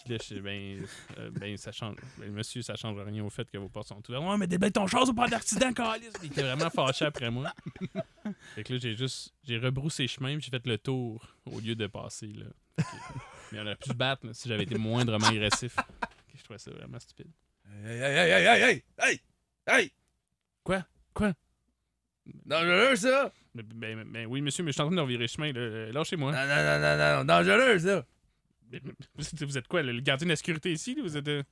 Speaker 4: puis là, je suis, ben, euh, ben, ça change. ben, monsieur, ça change rien au fait que vos portes sont ouvertes. Ouais, mais déblaye ton char, c'est pas d'accident, calice! Il était vraiment fâché après moi. Fait que là, j'ai juste. J'ai rebroussé chemin, puis j'ai fait le tour au lieu de passer, là. Fait que- Mais on aurait pu se battre là, si j'avais été moindrement agressif. Ok, Je trouvais ça vraiment stupide.
Speaker 3: Hey, hey, hey, hey, hey, hey, hey, hey!
Speaker 4: Quoi? Quoi?
Speaker 3: Dangereux, ça!
Speaker 4: Ben, ben- ben oui, monsieur, mais je suis en train de revirer chemin. là. Euh, Lâchez-moi.
Speaker 3: Non, non, non, non, non,
Speaker 4: Euh,
Speaker 3: dangereux, ça!
Speaker 4: Vous vous êtes quoi, le le gardien de la sécurité ici? là? Vous êtes. euh,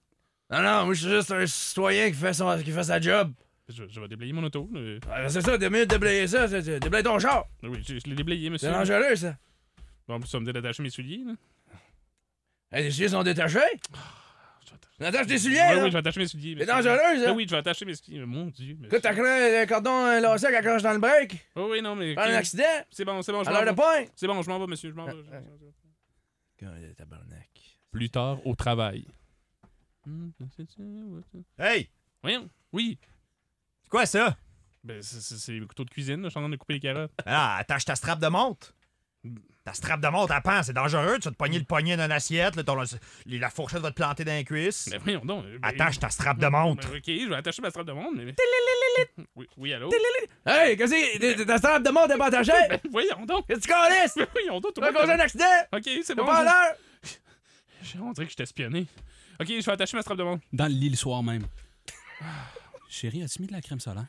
Speaker 3: Non, non, moi, je suis juste un citoyen qui fait, son, qui fait sa job.
Speaker 4: Je, je vais déblayer mon auto. là.
Speaker 3: Ah, ben, c'est ça, deux minutes de déblayer ça, c'est- c'est- déblaye ton char!
Speaker 4: Ah Oui, je, je l'ai déblayé, monsieur.
Speaker 3: C'est dangereux, ça!
Speaker 4: Bon, ça me dit d'attacher mes souliers. Là.
Speaker 3: Hey, les souliers sont détachés?
Speaker 4: je vais atta-
Speaker 3: Attache tes souliers,
Speaker 4: Ouais,
Speaker 3: là!
Speaker 4: oui, je vais attacher mes souliers.
Speaker 3: c'est
Speaker 4: monsieur.
Speaker 3: dangereux, ça!
Speaker 4: Ah oui, je vais attacher mes souliers. Mon Dieu. monsieur.
Speaker 3: Écoute, t'as craint un cordon un lacet qui accroche dans le break,
Speaker 4: Oh oui, non, mais.
Speaker 3: pas un
Speaker 4: ok.
Speaker 3: accident,
Speaker 4: C'est bon, c'est bon, je
Speaker 3: à
Speaker 4: m'en
Speaker 3: l'heure de
Speaker 4: vais.
Speaker 3: point!
Speaker 4: C'est bon, je m'en vais, monsieur. Je m'en vais. je- je- je-
Speaker 3: euh, tabarnak.
Speaker 4: Plus tard, au travail. Hmm,
Speaker 2: Hey!
Speaker 4: Voyons. Oui.
Speaker 2: C'est quoi ça?
Speaker 4: Ben, c'est- c'est c'est les couteaux de cuisine, là. Je suis en train de couper les carottes.
Speaker 2: Ah, attache ta strap de montre. Ta strap de montre, à pan, c'est dangereux. Tu vas te pogner le poignet d'une assiette, là, ton- la fourchette va te planter dans les cuisses.
Speaker 4: Mais voyons donc. euh, ben-
Speaker 2: Attache ta strap de montre.
Speaker 4: Ben, Ok, je vais attacher ma strap de monde, mais. *laughs* Oui, oui, allô?
Speaker 3: Hey, qu'est-ce que c'est? T'es- Ta strap de monde est pas attachée?
Speaker 4: Ben, voyons donc! *laughs*
Speaker 3: Qu'est-ce que tu calisses?
Speaker 4: Ben, Voyons donc, tout
Speaker 3: Tu
Speaker 4: le
Speaker 3: vas
Speaker 4: monde-
Speaker 3: causer un accident?
Speaker 4: Ok, c'est
Speaker 3: T'es
Speaker 4: bon.
Speaker 3: pas à l'heure?
Speaker 4: je- je- On dirait que je t'ai espionné. Ok, je vais attacher ma strap de monde.
Speaker 1: Dans le lit le soir même. Ah, Chérie, as-tu mis de la crème solaire?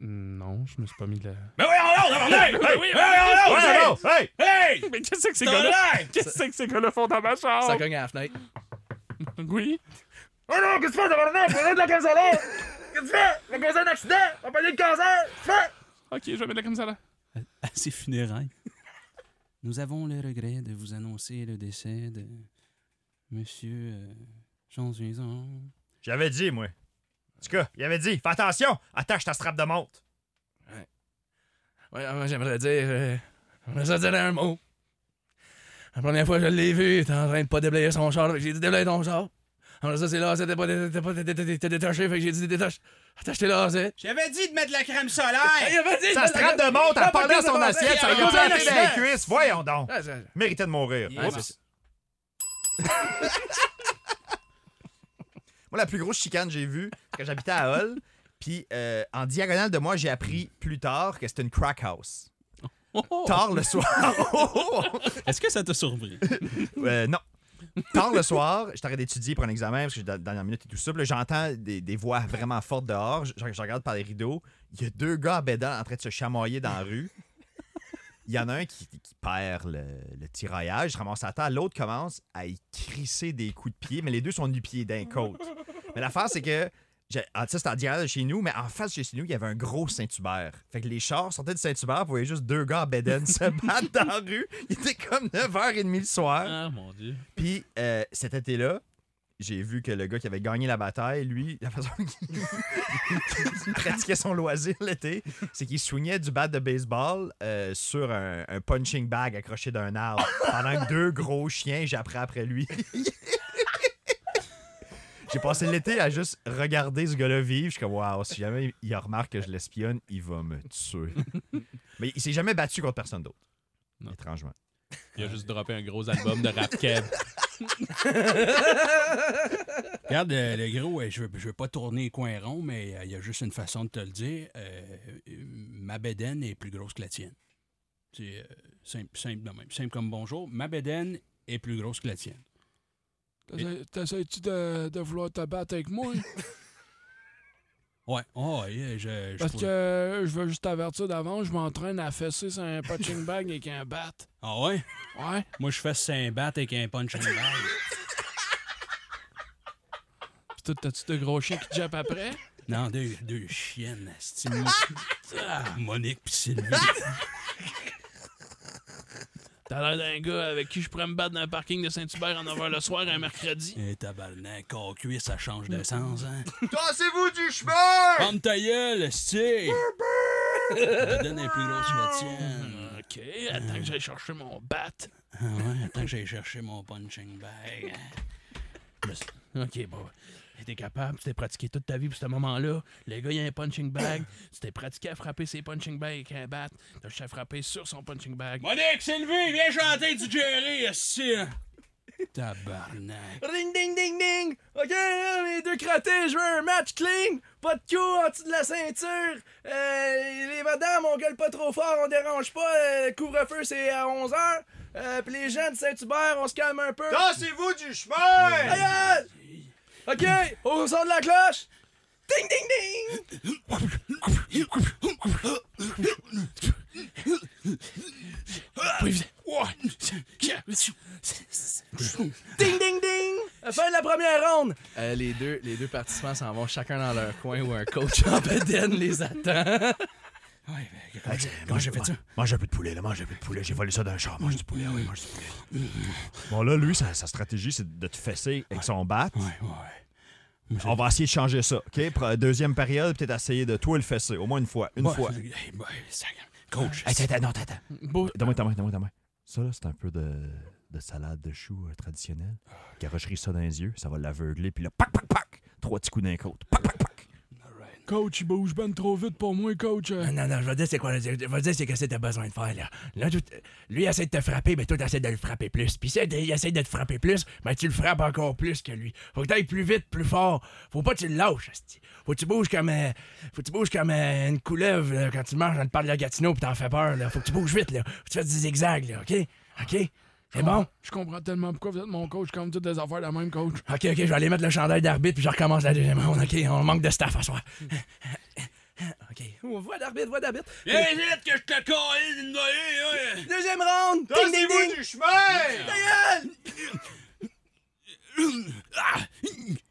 Speaker 4: Non, je me suis pas mis de la.
Speaker 3: Mais voyons donc, tabarnak!
Speaker 4: Ben, oui,
Speaker 3: Mais voyons donc,
Speaker 2: Ouais,
Speaker 3: c'est-
Speaker 2: allô? Hey!
Speaker 3: Hey!
Speaker 4: Mais qu'est-ce que ces gars-là.
Speaker 3: Tabarnak!
Speaker 4: Qu'est-ce que c'est que ces gars-là font dans ma chambre?
Speaker 12: Ça cogne à la fenêtre.
Speaker 4: Oui.
Speaker 3: Oh non, qu'est-ce que tu fais, tabarnak? Prenez de la crème solaire! Qu'est-ce que tu fais? Tu vas causer un accident! Tu vas pogner le cancer! Qu'est-ce que tu fais?
Speaker 4: Ok, je vais mettre la comme ça là.
Speaker 1: à ses funérailles. Nous avons le regret de vous annoncer le décès de Monsieur euh, Jean Zuizan.
Speaker 2: J'avais dit, moi. En tout cas, il avait dit, fais attention, attache ta strap de montre.
Speaker 12: Ouais, ah, moi, j'aimerais dire. euh, j'aimerais ça dire un mot. La première fois que je l'ai vu, il était en train de pas déblayer son char. fait que J'ai dit déblaye ton char. Après ça, c'est là, c'était pas, dé- t'es pas dé- dé- dé- t'es détaché. Fait que j'ai dit détache. Attache tes lacets.
Speaker 2: J'avais dit de mettre de la crème solaire.
Speaker 12: Hey, vas-y,
Speaker 2: Sa strap de montre, elle pendant son assiette, ça lui a
Speaker 12: cause un
Speaker 2: planté dans les
Speaker 12: accident.
Speaker 2: cuisses. Voyons donc.
Speaker 12: Ah, ça-
Speaker 2: Méritait de mourir.
Speaker 12: Ouais,
Speaker 2: Oups.
Speaker 12: c'est ça.
Speaker 2: *laughs* Moi, la plus grosse chicane que j'ai vue, c'est quand j'habitais à Hull. Puis euh, en diagonale de moi, j'ai appris plus tard que c'était une crack house. Tard le soir. Oh, oh, oh.
Speaker 1: Est-ce que ça t'a surpris?
Speaker 2: Euh, non. Tard le soir, je t'arrête d'étudier pour un examen parce que j'ai dans dernière minute et tout ça. Puis là, j'entends des, des voix vraiment fortes dehors. Je, je regarde par les rideaux. Il y a deux gars bédants en train de se chamoyer dans la rue. Il y en a un qui, qui perd le, le tiraillage, se ramasse à terre. L'autre commence à y crisser des coups de pied, mais les deux sont du pied d'un côte. Mais l'affaire, c'est que. j'ai- ah, Ça, c'était en diagonale de chez nous, mais en face de chez nous, il y avait un gros Saint-Hubert. Fait que les chars sortaient de Saint-Hubert, vous voyez juste deux gars à Beden *laughs* se battre dans la rue. Il était comme 9h30 le soir.
Speaker 4: Ah mon dieu.
Speaker 2: Puis euh, cet été-là, j'ai vu que le gars qui avait gagné la bataille, lui, la façon *laughs* qu'il qu'il pratiquait son loisir l'été, c'est qu'il soignait du bat de baseball euh, sur un, un punching bag accroché d'un arbre pendant que deux gros chiens j'apprends après lui. *laughs* J'ai passé l'été à juste regarder ce gars-là vivre. Je suis comme, waouh, si jamais il remarque que je l'espionne, il va me tuer. Mais il s'est jamais battu contre personne d'autre.
Speaker 4: Non.
Speaker 2: Étrangement.
Speaker 4: Il a juste droppé un gros album de rap keb.
Speaker 1: *laughs* Regarde, euh, le gros, euh, je veux, je veux pas tourner les coins ronds, mais euh, il y a juste une façon de te le dire. Euh, euh, ma bédaine est plus grosse que la tienne. C'est euh, simple, simple de même. Simple comme bonjour. Ma bédaine est plus grosse que la tienne.
Speaker 5: T'essayes-tu de, de vouloir te battre avec *laughs* moi?
Speaker 1: Ouais. Oh, ouais, je, je
Speaker 5: Parce
Speaker 1: pourrais-
Speaker 5: que je veux juste t'avertir d'avant, je m'entraîne à fesser sur un punching bag avec un bat.
Speaker 1: Ah ouais?
Speaker 5: Ouais?
Speaker 1: Moi, je fais 5 battes avec un punch and bag.
Speaker 5: Pis toi, t'as-tu de gros chiens qui te jappent après?
Speaker 1: Non, deux, deux chiennes,
Speaker 5: *laughs*
Speaker 1: esti. Ah, Monique pis Sylvie.
Speaker 5: T'as l'air d'un gars avec qui je pourrais me battre dans un parking de Saint-Hubert en 9h le soir un mercredi.
Speaker 1: Eh, tabarnak, corps-cuisse, ça change
Speaker 5: Mm.
Speaker 1: de sens, hein?
Speaker 2: Tassez-vous du chemin!
Speaker 1: Ferme ta gueule, esti! Je te donne un plus gros que la tienne.
Speaker 5: Ok, attends que j'aille chercher mon bat.
Speaker 1: Ah ouais, attends que j'aille chercher mon punching bag.
Speaker 5: Ok, bon.
Speaker 15: T'es capable, tu t'es pratiqué toute ta vie pour ce moment-là. Le gars, il a un punching bag. tu t'es pratiqué à frapper ses punching bags avec un bat. T'as juste à frapper sur son punching bag.
Speaker 1: Monique, c'est levé, viens chanter du Jerry, ici. Tabarnak.
Speaker 3: Ring ding ding ding! Ok, là, les deux cratés, je veux un match clean! Pas de cou en dessous de la ceinture! Euh, les madames, on gueule pas trop fort, on dérange pas, euh, le couvre-feu c'est à 11h! Euh, pis les gens de Saint-Hubert, on se calme un peu!
Speaker 2: Dansez-vous du chemin!
Speaker 3: Aïe, aïe! Ok, au son de la cloche! Ding ding ding! Ding ding ding! Fin de la première ronde! Euh, les, deux, les deux participants s'en vont chacun dans leur coin où un coach *laughs* en bedaine les attend.
Speaker 1: Comment j'ai fait ça?
Speaker 2: Mange un peu de poulet, là, mange un peu de poulet. J'ai volé ça d'un char. Mange du poulet, oui, mange du poulet. Bon, là, lui, sa, sa stratégie, c'est de te fesser avec son bat.
Speaker 1: Ouais, ouais.
Speaker 2: On va essayer de changer ça, OK? Pre- Deuxième période, peut-être essayer de toi le fesser, au moins une fois. Une fois.
Speaker 1: Hey, boy, ça- Coach.
Speaker 2: Hey, attends, non, attends, attends.
Speaker 4: Beau-
Speaker 2: Donne-moi ta main, donne-moi ta main. Ça, là, c'est un peu de, de salade de choux euh, traditionnelle.
Speaker 1: Ah,
Speaker 2: Garocherie ça dans les yeux, ça va l'aveugler, puis là, pac, pac, pac! Trois petits coups d'un côte. Pac, pac, pac!
Speaker 15: Coach, il bouge ben trop vite pour moi, coach.
Speaker 16: Non, non, non, je vais te dire c'est quoi, le- je vais te dire c'est qu'est-ce que t'as besoin de faire, là. Là, tout- lui, essaie de te frapper, mais toi, t'essaies de le frapper plus. Puis si il essaie de te frapper plus, mais tu le frappes encore plus que lui. Faut que t'ailles plus vite, plus fort. Faut pas que tu le lâches, esti. Faut que tu bouges comme, euh, faut que tu bouges comme euh, une couleuvre, là, quand tu marches dans le parc de la Gatineau pis t'en fais peur, là. Faut que tu bouges vite, là. Faut que tu fasses des zigzags, là, OK? OK? C'est bon?
Speaker 15: Je comprends tellement pourquoi vous êtes mon coach quand vous dites des affaires de même, coach.
Speaker 16: OK, OK, je vais aller mettre le chandail d'arbitre puis je recommence la deuxième ronde. OK, on manque de staff à soir. *laughs* OK. On voit d'arbitre, voit d'arbitre.
Speaker 1: Viens vite que je te colle une noyée, ouais.
Speaker 16: Deuxième ronde! Ding, ding, ding!
Speaker 2: du chemin!
Speaker 15: Il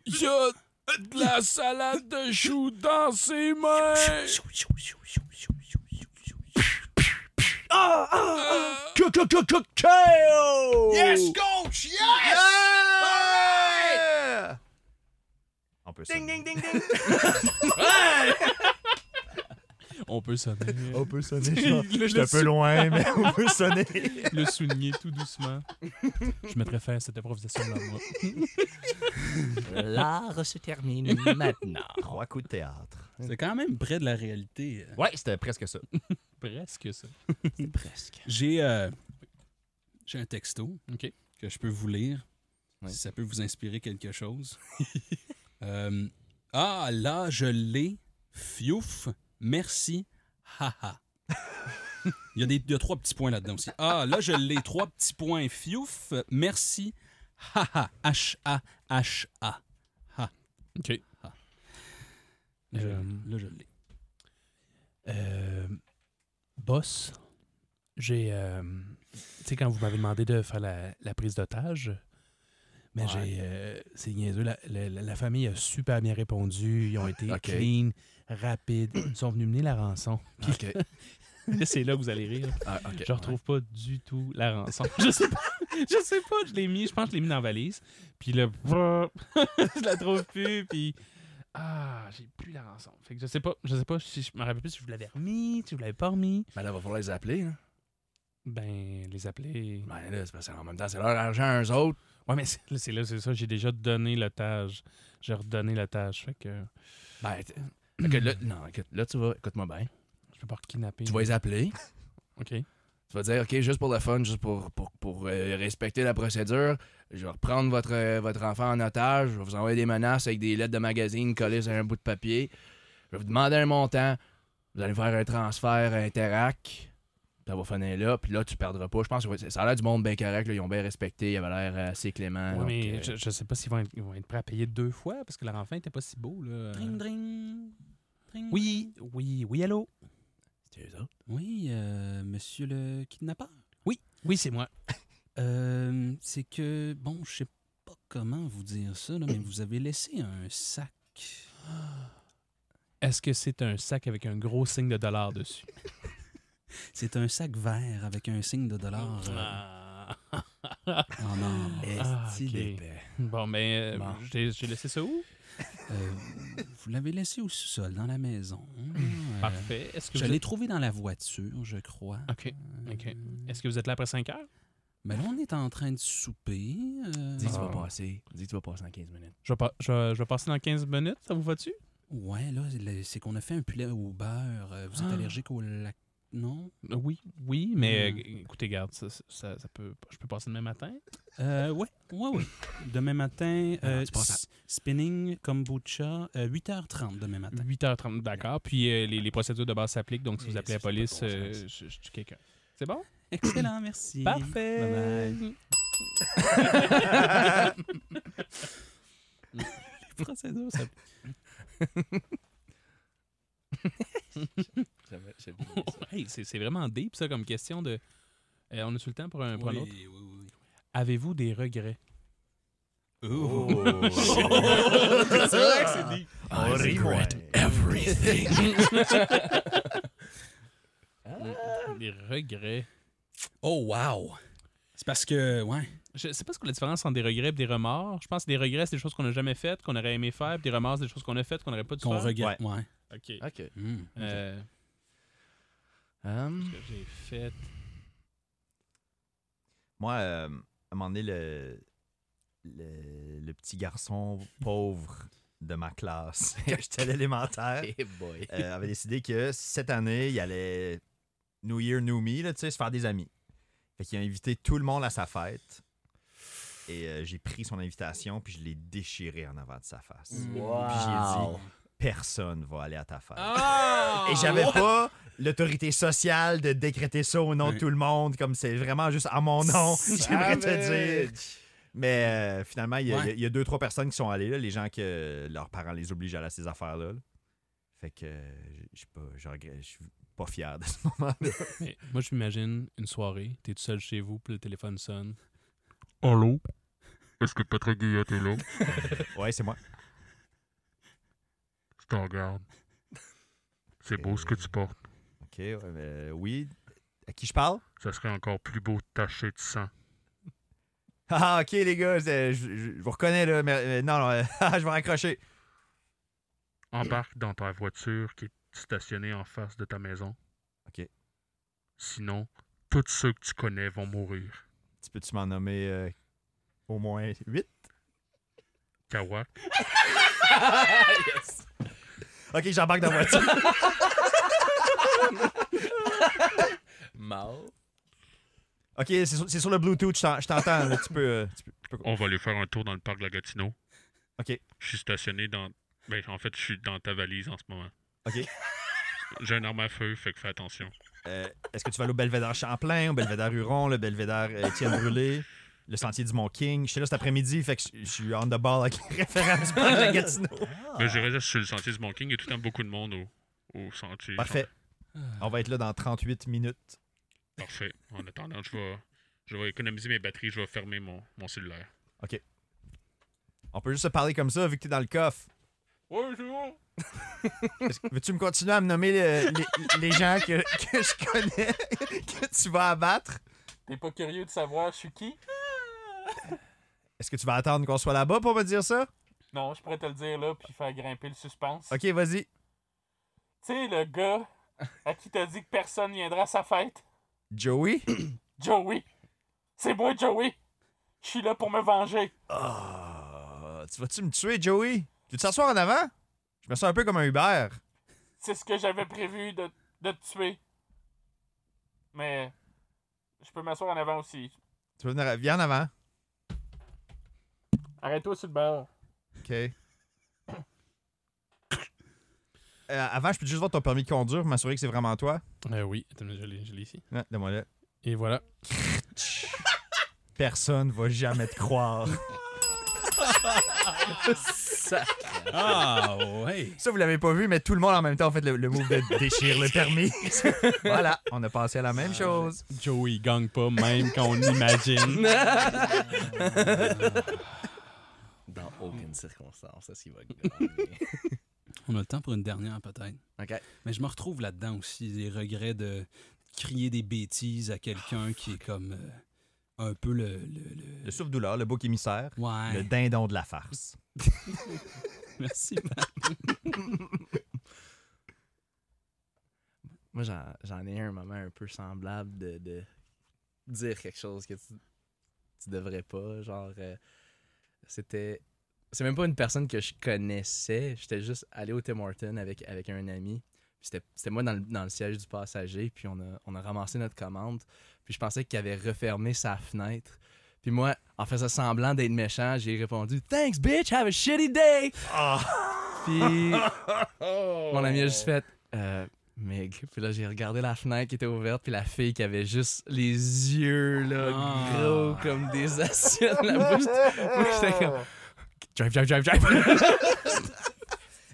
Speaker 15: y a de
Speaker 4: *laughs*
Speaker 15: la salade de choux dans ses mains.
Speaker 16: Cook, cook, cook, cook, KO!
Speaker 2: Yes, coach! Yes! All right! On peut
Speaker 16: Ding, ding, ding, ding!
Speaker 15: On peut sonner.
Speaker 2: *laughs* On peut *laughs* sonner,
Speaker 4: Le-
Speaker 2: J'étais un peu loin, mais on *laughs* peut sonner.
Speaker 4: le souligner tout doucement. Je mettrai fin à cette improvisation-là, moi.
Speaker 17: L'art se termine maintenant.
Speaker 2: Trois coups de théâtre.
Speaker 1: C'est quand même près de la réalité.
Speaker 2: Ouais, c'était presque ça.
Speaker 4: Presque ça.
Speaker 17: Presque.
Speaker 1: J'ai euh, j'ai un texto
Speaker 4: OK.
Speaker 1: que je peux vous lire
Speaker 3: Ouais.
Speaker 1: si ça peut vous inspirer quelque chose. *laughs* Euh, ah là, je l'ai. Fiouf. Merci. Haha. il, y a des, il y a trois petits points là-dedans aussi. Ah là, je l'ai. Trois petits points. Fiouf. Merci. Haha. H-A-H-A.
Speaker 4: OK.
Speaker 1: Ah.
Speaker 4: Euh,
Speaker 1: Là, je l'ai.
Speaker 4: Euh, boss, j'ai. euh, tu sais, quand vous m'avez demandé de faire la, la prise d'otage, mais
Speaker 3: Ouais.
Speaker 4: j'ai. euh, c'est niaiseux. La, la- la- la famille a super bien répondu. Ils ont été
Speaker 3: *laughs* Ok.
Speaker 4: clean, rapides. Ils sont venus mener la rançon.
Speaker 3: *laughs* Ok.
Speaker 4: Là, c'est là que vous allez rire.
Speaker 3: Ah, ok.
Speaker 4: Je retrouve pas du tout la rançon.
Speaker 3: *laughs*
Speaker 4: Je sais pas. Je sais pas. Je l'ai mis. Je pense que je l'ai mis dans la valise. Puis là, *laughs* je la trouve plus. Puis ah, j'ai plus la rançon. Fait que je sais pas. Je sais pas si je me rappelle plus si je vous l'avais remis, si vous l'avez pas remis.
Speaker 16: Ben
Speaker 3: Mais là, va falloir les appeler, là.
Speaker 4: Ben les appeler.
Speaker 3: Ben là, c'est parce qu'en même temps, c'est leur argent, eux autres.
Speaker 4: Ouais, mais c'est c'est là, c'est ça. J'ai déjà donné l'otage. J'ai redonné l'otage. Fait que
Speaker 3: Ben, t- écoute, là, non, écoute, là, tu vas, écoute-moi bien.
Speaker 4: je peux pas kidnapper.
Speaker 3: Tu vas les appeler.
Speaker 4: Ok.
Speaker 3: Tu vas dire, OK, juste pour le fun, juste pour, pour, pour, euh, respecter la procédure, je vais reprendre votre, euh, votre enfant en otage, je vais vous envoyer des menaces avec des lettres de magazine collées sur un bout de papier, je vais vous demander un montant, vous allez faire un transfert à Interac, ça va finir là, puis là, tu perdras pas. Je pense que ouais, ça a l'air du monde bien correct, là, ils ont bien respecté, il avait l'air assez clément.
Speaker 11: Ah,
Speaker 4: Ouais,
Speaker 3: donc,
Speaker 4: mais
Speaker 3: euh,
Speaker 4: je, je sais pas s'ils vont, être- ils vont être prêts à payer deux fois parce que leur enfant était pas si beau là.
Speaker 1: Dring, dring. Dring.
Speaker 4: Oui, oui, oui, allô.
Speaker 3: c'est eux autres.
Speaker 1: Oui, euh, monsieur le kidnappeur.
Speaker 4: Oui, c'est moi.
Speaker 1: *laughs* Euh, c'est que, bon, je sais pas comment vous dire ça, là, mais vous avez laissé un sac.
Speaker 4: Est-ce que c'est un sac avec un gros signe de dollar dessus?
Speaker 1: C'est un sac vert avec un signe de dollar euh,
Speaker 15: Ah.
Speaker 1: en or.
Speaker 4: Ah,
Speaker 3: Esti
Speaker 4: ok.
Speaker 3: d'épais.
Speaker 4: *laughs* Bon, mais euh,
Speaker 3: Bon.
Speaker 4: j'ai j'ai laissé ça où?
Speaker 1: Euh, vous l'avez laissé au sous-sol, dans la maison. Euh,
Speaker 4: Parfait. Est-ce que
Speaker 1: je
Speaker 4: vous
Speaker 1: l'ai
Speaker 4: êtes...
Speaker 1: trouvé dans la voiture, je crois. Euh,
Speaker 4: OK. OK. Est-ce que vous êtes là après 5 heures?
Speaker 1: Mais là, on est en train de souper. euh,
Speaker 3: Dis que tu vas
Speaker 11: Ah.
Speaker 3: passer. Dis que tu vas passer dans 15 minutes.
Speaker 11: Je vais, pas- je vais- je vais passer dans 15 minutes, ça vous va-tu?
Speaker 1: Ouais, là, le- c'est qu'on a fait un poulet au beurre. Euh, Vous êtes
Speaker 11: Ah.
Speaker 1: allergique au lac. Non?
Speaker 11: Oui, oui, mais
Speaker 1: Hmm.
Speaker 11: euh, écoutez, garde, ça, ça- ça- ça peut, je peux passer demain matin.
Speaker 1: Euh, ouais, ouais, ouais. Demain *laughs* matin,
Speaker 3: Alors,
Speaker 1: euh,
Speaker 3: tu passes à-
Speaker 1: s- spinning, kombucha, euh, 8h30 demain matin.
Speaker 4: *clears throat*
Speaker 11: 8h30, d'accord. Puis euh, les, les procédures de base s'appliquent, donc si
Speaker 1: Et
Speaker 11: vous appelez
Speaker 1: ça,
Speaker 11: la
Speaker 1: ça n'a
Speaker 11: police,
Speaker 1: pas de bon
Speaker 11: euh,
Speaker 1: sens.
Speaker 11: je, je tue quelqu'un. C'est bon?
Speaker 1: Excellent, merci.
Speaker 11: Parfait!
Speaker 1: Bye-bye.
Speaker 11: *laughs*
Speaker 1: Les procédures, ça-
Speaker 11: Hey, c'est c'est vraiment deep, ça, comme question de... Euh, on a tout le temps pour un, pour un autre.
Speaker 1: oui, oui.
Speaker 11: Avez-vous des regrets?
Speaker 2: *laughs* c'est vrai que c'est dit.
Speaker 3: I regret everything.
Speaker 11: Ah! Des regrets.
Speaker 1: Oh, wow! C'est parce que, ouais.
Speaker 11: Je sais pas ce que la différence entre des regrets et des remords. Je pense que des regrets, c'est des choses qu'on n'a jamais faites, qu'on aurait aimé faire, puis des remords, c'est des choses qu'on a faites, qu'on n'aurait pas dû
Speaker 1: Qu'on
Speaker 11: faire.
Speaker 1: regarde. Ouais.
Speaker 11: OK.
Speaker 3: *laughs* OK.
Speaker 1: Mm.
Speaker 11: Euh,
Speaker 3: Um,
Speaker 11: que j'ai fait.
Speaker 2: Moi, euh, à un moment donné, le, le, le petit garçon pauvre de ma classe, *laughs* quand j'étais à l'élémentaire,
Speaker 3: hey boy.
Speaker 2: *laughs* euh, avait décidé que cette année, il allait New Year, New Me, là, tu sais, se faire des amis. Fait qu'il a invité tout le monde à sa fête. Et euh, j'ai pris son invitation, puis je l'ai déchiré en avant de sa face.
Speaker 1: Mm.
Speaker 2: Puis j'ai dit, personne va aller à ta fête. Et j'avais pas l'autorité sociale de décréter ça au nom de
Speaker 1: Oui.
Speaker 2: tout le monde, comme c'est vraiment juste à mon *laughs* nom, Oh j'aimerais te dire. Mais euh, finalement, il y, a-
Speaker 1: Ouais.
Speaker 2: il y a deux, trois personnes qui sont allées, là, les gens que euh, leurs parents les obligent à aller à ces affaires-là. là. Fait que euh, je suis pas, je regrette- je suis pas fier de ce *laughs* moment-là.
Speaker 4: Mais moi, je m'imagine une soirée, t'es tout seul chez vous, puis le téléphone sonne.
Speaker 5: Allô? Est-ce que Patrick Guillotte est là?
Speaker 2: ouais, c'est moi.
Speaker 5: Je t'en regarde. C'est beau ce que tu portes.
Speaker 2: Ok, ouais, euh, oui. À qui je parle? *laughs*
Speaker 5: Ça serait encore plus beau taché de sang.
Speaker 2: Ah, ok, les gars, c'est- je, je- je vous reconnais, là, mais euh, non, *laughs* non, je vais raccrocher.
Speaker 5: Embarque dans ta voiture qui est stationnée en face de ta maison.
Speaker 2: Ok.
Speaker 5: Sinon, tous ceux que tu connais vont mourir.
Speaker 2: Tu peux-tu m'en nommer euh, au moins huit?
Speaker 5: Kawak,
Speaker 2: Ok, j'embarque dans la voiture.
Speaker 3: Mal.
Speaker 2: Ok, c'est sur, c'est sur le Bluetooth, je t'en- je t'entends. là, tu peux. euh, tu peux- tu peux-
Speaker 5: on va aller faire un tour dans le parc de la Gatineau.
Speaker 2: Ok.
Speaker 5: Je suis stationné dans. Ben, en fait, je suis dans ta valise en ce moment.
Speaker 2: Ok.
Speaker 5: J'ai un arme à feu, fait que fais attention.
Speaker 2: Euh, Est-ce que tu vas aller au Belvédère Champlain, au Belvédère Huron, le Belvédère euh, Étienne Brûlé, le Sentier du Mont King? Je suis là cet après-midi, fait que je- je suis on the ball avec les *laughs* référents du parc de la Gatineau.
Speaker 5: Mais je reste sur le sentier du Banking, il y a tout le temps beaucoup de monde au, au sentier.
Speaker 2: Parfait. On va être là dans 38 minutes.
Speaker 5: Parfait. En attendant, je vais, je vais économiser mes batteries, je vais fermer mon, mon cellulaire.
Speaker 2: On peut juste se parler comme ça, vu que t'es dans le coffre.
Speaker 11: Ouais, c'est bon.
Speaker 2: *laughs* Est-ce que- Veux-tu me continuer à me nommer le- les, les gens que, que je connais, *laughs* que tu vas abattre?
Speaker 11: T'es pas curieux de savoir je suis qui?
Speaker 2: Est-ce que tu vas attendre qu'on soit là-bas pour me dire ça?
Speaker 11: Non, je pourrais te le dire là, puis faire grimper le suspense.
Speaker 2: Ok, vas-y.
Speaker 11: Tu sais, le gars à qui t'as dit que personne viendra à sa fête,
Speaker 2: Joey?
Speaker 11: Joey. C'est moi, Joey. Je suis là pour me venger.
Speaker 2: Ah, tu vas-tu me tuer, Joey? Tu veux t'asseoir en avant? Je me sens un peu comme un Hubert.
Speaker 11: C'est ce que j'avais prévu de, de te tuer. Mais je peux m'asseoir en avant aussi.
Speaker 2: Tu veux venir, à- viens en avant.
Speaker 11: Arrête-toi sur le bord.
Speaker 2: OK. Euh, *coughs* Euh, avant, je peux juste voir ton permis de conduire pour m'assurer que c'est vraiment toi.
Speaker 4: Euh, oui, attends, je l'ai je l'ai ici.
Speaker 2: Ah, Donne-moi là.
Speaker 4: Et voilà.
Speaker 2: Personne va jamais te croire.
Speaker 1: Ah, ouais!
Speaker 2: *laughs* Ça, vous l'avez pas vu, mais tout le monde en même temps a fait le, le move *laughs* de déchirer le permis. voilà, on a passé à la
Speaker 4: Ah,
Speaker 2: même chose.
Speaker 4: Joey gagne pas, même quand
Speaker 1: *laughs*
Speaker 4: on imagine.
Speaker 3: Dans aucune circonstance, c'est ce qu'il va gagner.
Speaker 1: On a le temps pour une dernière, peut-être.
Speaker 3: OK.
Speaker 1: Mais je me retrouve là-dedans aussi, les regrets de crier des bêtises à quelqu'un qui est comme euh, un peu le. le- Oh, le-
Speaker 2: Le souffle-douleur, le bouc émissaire,
Speaker 1: Ouais.
Speaker 4: Hein?
Speaker 2: le dindon de la farce.
Speaker 1: *laughs* Merci,
Speaker 3: Moi, j'en, j'en ai un moment un peu semblable de, de dire quelque chose que tu tu devrais pas. Genre, euh, c'était. C'est même pas une personne que je connaissais. J'étais juste allé au Tim Hortons avec, avec un ami. Puis C'était c'était moi dans le, dans le siège du passager. Puis on a, on a ramassé notre commande. Puis je pensais qu'il avait refermé sa fenêtre. Puis moi, en faisant semblant d'être méchant, j'ai répondu Thanks, bitch, have a shitty day. Puis mon ami a juste fait euh, Meg. Puis là, j'ai regardé la fenêtre qui était ouverte, puis la fille qui avait juste les yeux, là, gros comme des *laughs* assiettes. La bouche. Moi, j'étais comme Drive, drive, drive, drive.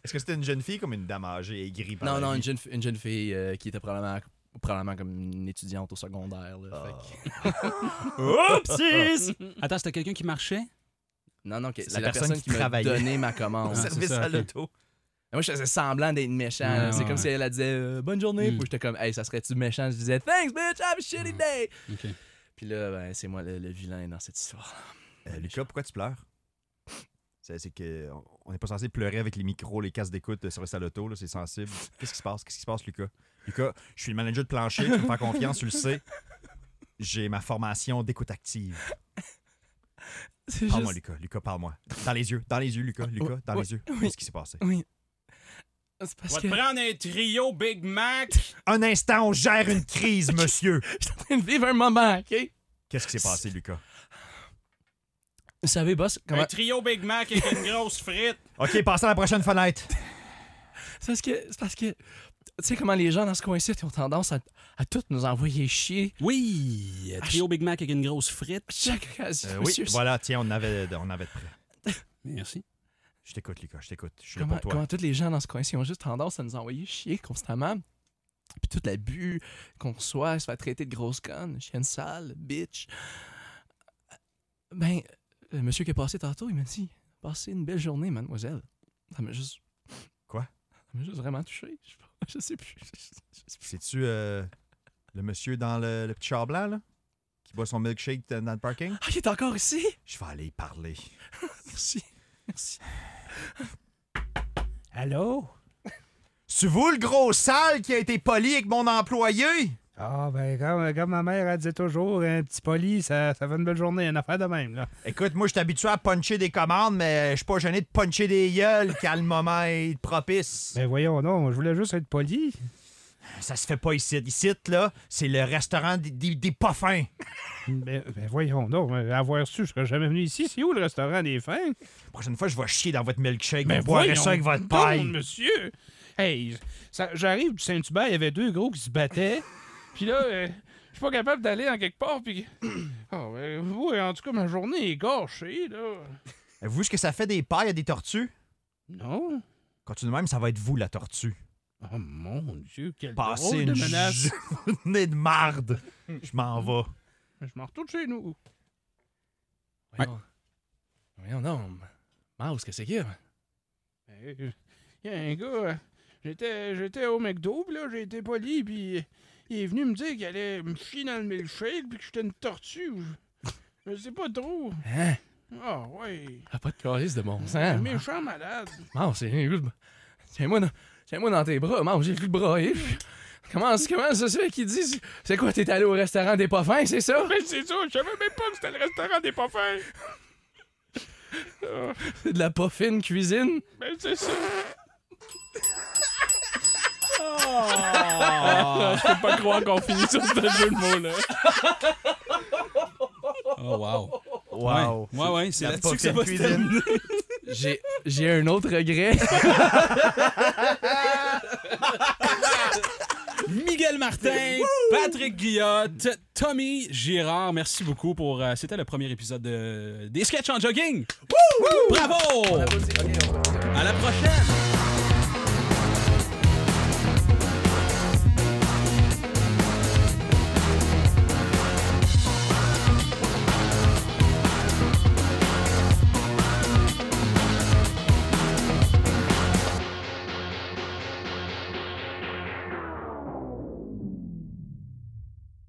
Speaker 2: Est-ce que c'était une jeune fille comme une dame âgée et gris
Speaker 3: non, non, une jeune, une jeune fille euh, qui était probablement, probablement comme une étudiante au secondaire. Là, Fait que-
Speaker 2: Oupsies!
Speaker 1: *laughs* Attends, c'était quelqu'un qui marchait?
Speaker 3: *laughs* Non, non, que-
Speaker 2: C'est
Speaker 3: c'est la, personne, qui, m'a
Speaker 2: travaillait.
Speaker 3: donné ma commande.
Speaker 2: Au
Speaker 1: Ah, c'est
Speaker 2: service
Speaker 1: ça,
Speaker 2: à
Speaker 1: ok.
Speaker 2: l'auto.
Speaker 3: Et Moi, je faisais semblant d'être méchant.
Speaker 1: Ouais,
Speaker 3: là.
Speaker 1: ouais,
Speaker 3: c'est
Speaker 1: ouais.
Speaker 3: comme si elle, elle disait euh, bonne journée.
Speaker 1: Mm.
Speaker 3: Puis j'étais comme, hey, ça serait-tu méchant? Je disais, thanks, bitch, have a shitty
Speaker 1: Mm.
Speaker 3: day.
Speaker 1: OK.
Speaker 3: Puis là, ben, c'est moi le, le vilain dans cette histoire. *laughs*
Speaker 2: Euh, Lucas, pourquoi tu pleures? C'est c'est que on- on n'est pas censé pleurer avec les micros, les casques d'écoute euh, sur le l'auto, là, c'est sensible. Qu'est-ce qui se passe? Qu'est-ce qui se passe, Lucas? Lucas, je suis le manager de plancher, tu peux me faire confiance, tu le sais. J'ai ma formation d'écoute active.
Speaker 3: C'est
Speaker 2: Parle-moi,
Speaker 3: juste-
Speaker 2: Lucas. Lucas, parle-moi. Dans les yeux, dans les yeux, Lucas, Lucas, dans
Speaker 3: oui,
Speaker 2: les yeux. Qu'est-ce qui s'est passé?
Speaker 3: C'est parce
Speaker 1: Va
Speaker 3: que
Speaker 1: te
Speaker 3: *laughs*
Speaker 1: prendre un trio Big Mac.
Speaker 2: Un instant, on gère une
Speaker 3: *laughs*
Speaker 2: crise, monsieur!
Speaker 3: j'étais en train de vivre un moment, OK?
Speaker 2: Qu'est-ce qui s'est passé, Lucas?
Speaker 3: Vous savez, boss, comment...
Speaker 1: Un trio Big Mac avec une grosse frite.
Speaker 2: OK, passons à la prochaine fenêtre.
Speaker 3: C'est parce que... C'est parce que... Tu sais comment les gens dans ce coin-ci ils ont tendance à, à tous nous envoyer chier
Speaker 1: Oui, un trio Big Mac avec une grosse frite.
Speaker 3: à chaque occasion,
Speaker 2: Euh, oui,
Speaker 3: monsieur.
Speaker 2: voilà, tiens, on avait, on avait de près.
Speaker 1: Merci.
Speaker 2: Je t'écoute, Lucas, je t'écoute. Je suis là
Speaker 3: comment,
Speaker 2: pour toi.
Speaker 3: comment tous les gens dans ce coin-ci ont juste tendance à nous envoyer chier constamment. Puis tout l'abus qu'on reçoit, se faire traiter de grosse conne, chienne sale, bitch. Ben, le monsieur qui est passé tantôt, il m'a dit Passez une belle journée, mademoiselle. Ça m'a juste.
Speaker 2: Quoi?
Speaker 3: Ça m'a juste vraiment touché. Je sais pas, Je sais plus. Je sais- je sais plus.
Speaker 2: C'est-tu euh, le monsieur dans le, le petit char blanc, là? Qui boit son milkshake dans dans le parking?
Speaker 3: Ah, il est encore ici
Speaker 2: Je vais aller y parler.
Speaker 3: Merci. Merci.
Speaker 18: Allô?
Speaker 2: C'est vous le gros sale qui a été poli avec mon employé?
Speaker 18: Ah, ben, comme, comme ma mère, elle disait toujours, un petit poli, ça, ça fait une belle journée, une affaire de même, là.
Speaker 2: Écoute, moi, je suis habitué à puncher des commandes, mais je suis pas gêné de puncher des gueules quand le moment est propice.
Speaker 18: Ben, voyons, non, je voulais juste être poli.
Speaker 2: Ça se fait pas ici. Ici, là, c'est le restaurant des, des, des pas fins.
Speaker 18: Ben, ben, voyons, non, ben, avoir su, je serais jamais venu ici. C'est où le restaurant des fins?
Speaker 2: La prochaine fois, je vais chier dans votre milkshake.
Speaker 18: Mais
Speaker 11: Ben,
Speaker 2: vous boirez ça avec votre
Speaker 18: Bon,
Speaker 2: paille.
Speaker 18: monsieur! Hey, ça- j'arrive du Saint-Hubert, il y avait deux gros qui se battaient.
Speaker 11: Puis là, euh, je suis pas capable d'aller en quelque part. Puis. *coughs* Ah ouais, ouais, en tout cas, ma journée est gâchée, là.
Speaker 2: Vous voyez ce que ça fait des pailles à des tortues?
Speaker 11: Non?
Speaker 2: Continuez même, ça va être vous, la tortue.
Speaker 11: Oh mon Dieu, quelle
Speaker 2: Passez
Speaker 11: drôle
Speaker 2: une
Speaker 11: de menace.
Speaker 2: journée de marde. Je m'en
Speaker 1: Hmm.
Speaker 2: vais.
Speaker 11: Je m'en retourne chez nous.
Speaker 3: Voyons. Voyons, non. Mouse, qu'est-ce que c'est qu'il
Speaker 11: Ben, euh, Il y a un gars, euh, j'étais, j'étais au McDo, pis là, j'ai été poli, puis euh, il est venu me dire qu'il allait me chier dans le milkshake, puis que j'étais une tortue. Je- Je sais pas trop.
Speaker 3: Hein
Speaker 11: Ah ouais.
Speaker 3: Ah, pas de calice de bon
Speaker 11: Un
Speaker 3: sens.
Speaker 11: méchant malade.
Speaker 3: Mars, j'ai le goût de- tiens-moi dans... tiens-moi dans tes bras, Mars, j'ai le goût de brailler. Comment, comment ça se fait qu'ils disent C'est quoi, t'es allé au restaurant des pas fins, c'est ça?
Speaker 11: Mais *laughs* c'est ça, je savais même pas que c'était le restaurant des pas fins. Ah,
Speaker 3: C'est de la pas fine cuisine?
Speaker 11: ben c'est ça.
Speaker 4: Je peux pas croire qu'on finit sur ce jeu de mots-là.
Speaker 1: Oh, wow.
Speaker 2: Wow.
Speaker 1: Ouais, ouais, ouais, c'est
Speaker 2: La
Speaker 1: là-dessus que ça
Speaker 2: poutine
Speaker 1: va se terminer.
Speaker 3: J'ai, j'ai un autre regret.
Speaker 1: *laughs* Miguel Martin, Patrick Guillotte, Tommy Girard, merci beaucoup pour. euh, C'était le premier épisode de- des sketchs en jogging. Bravo! À la prochaine!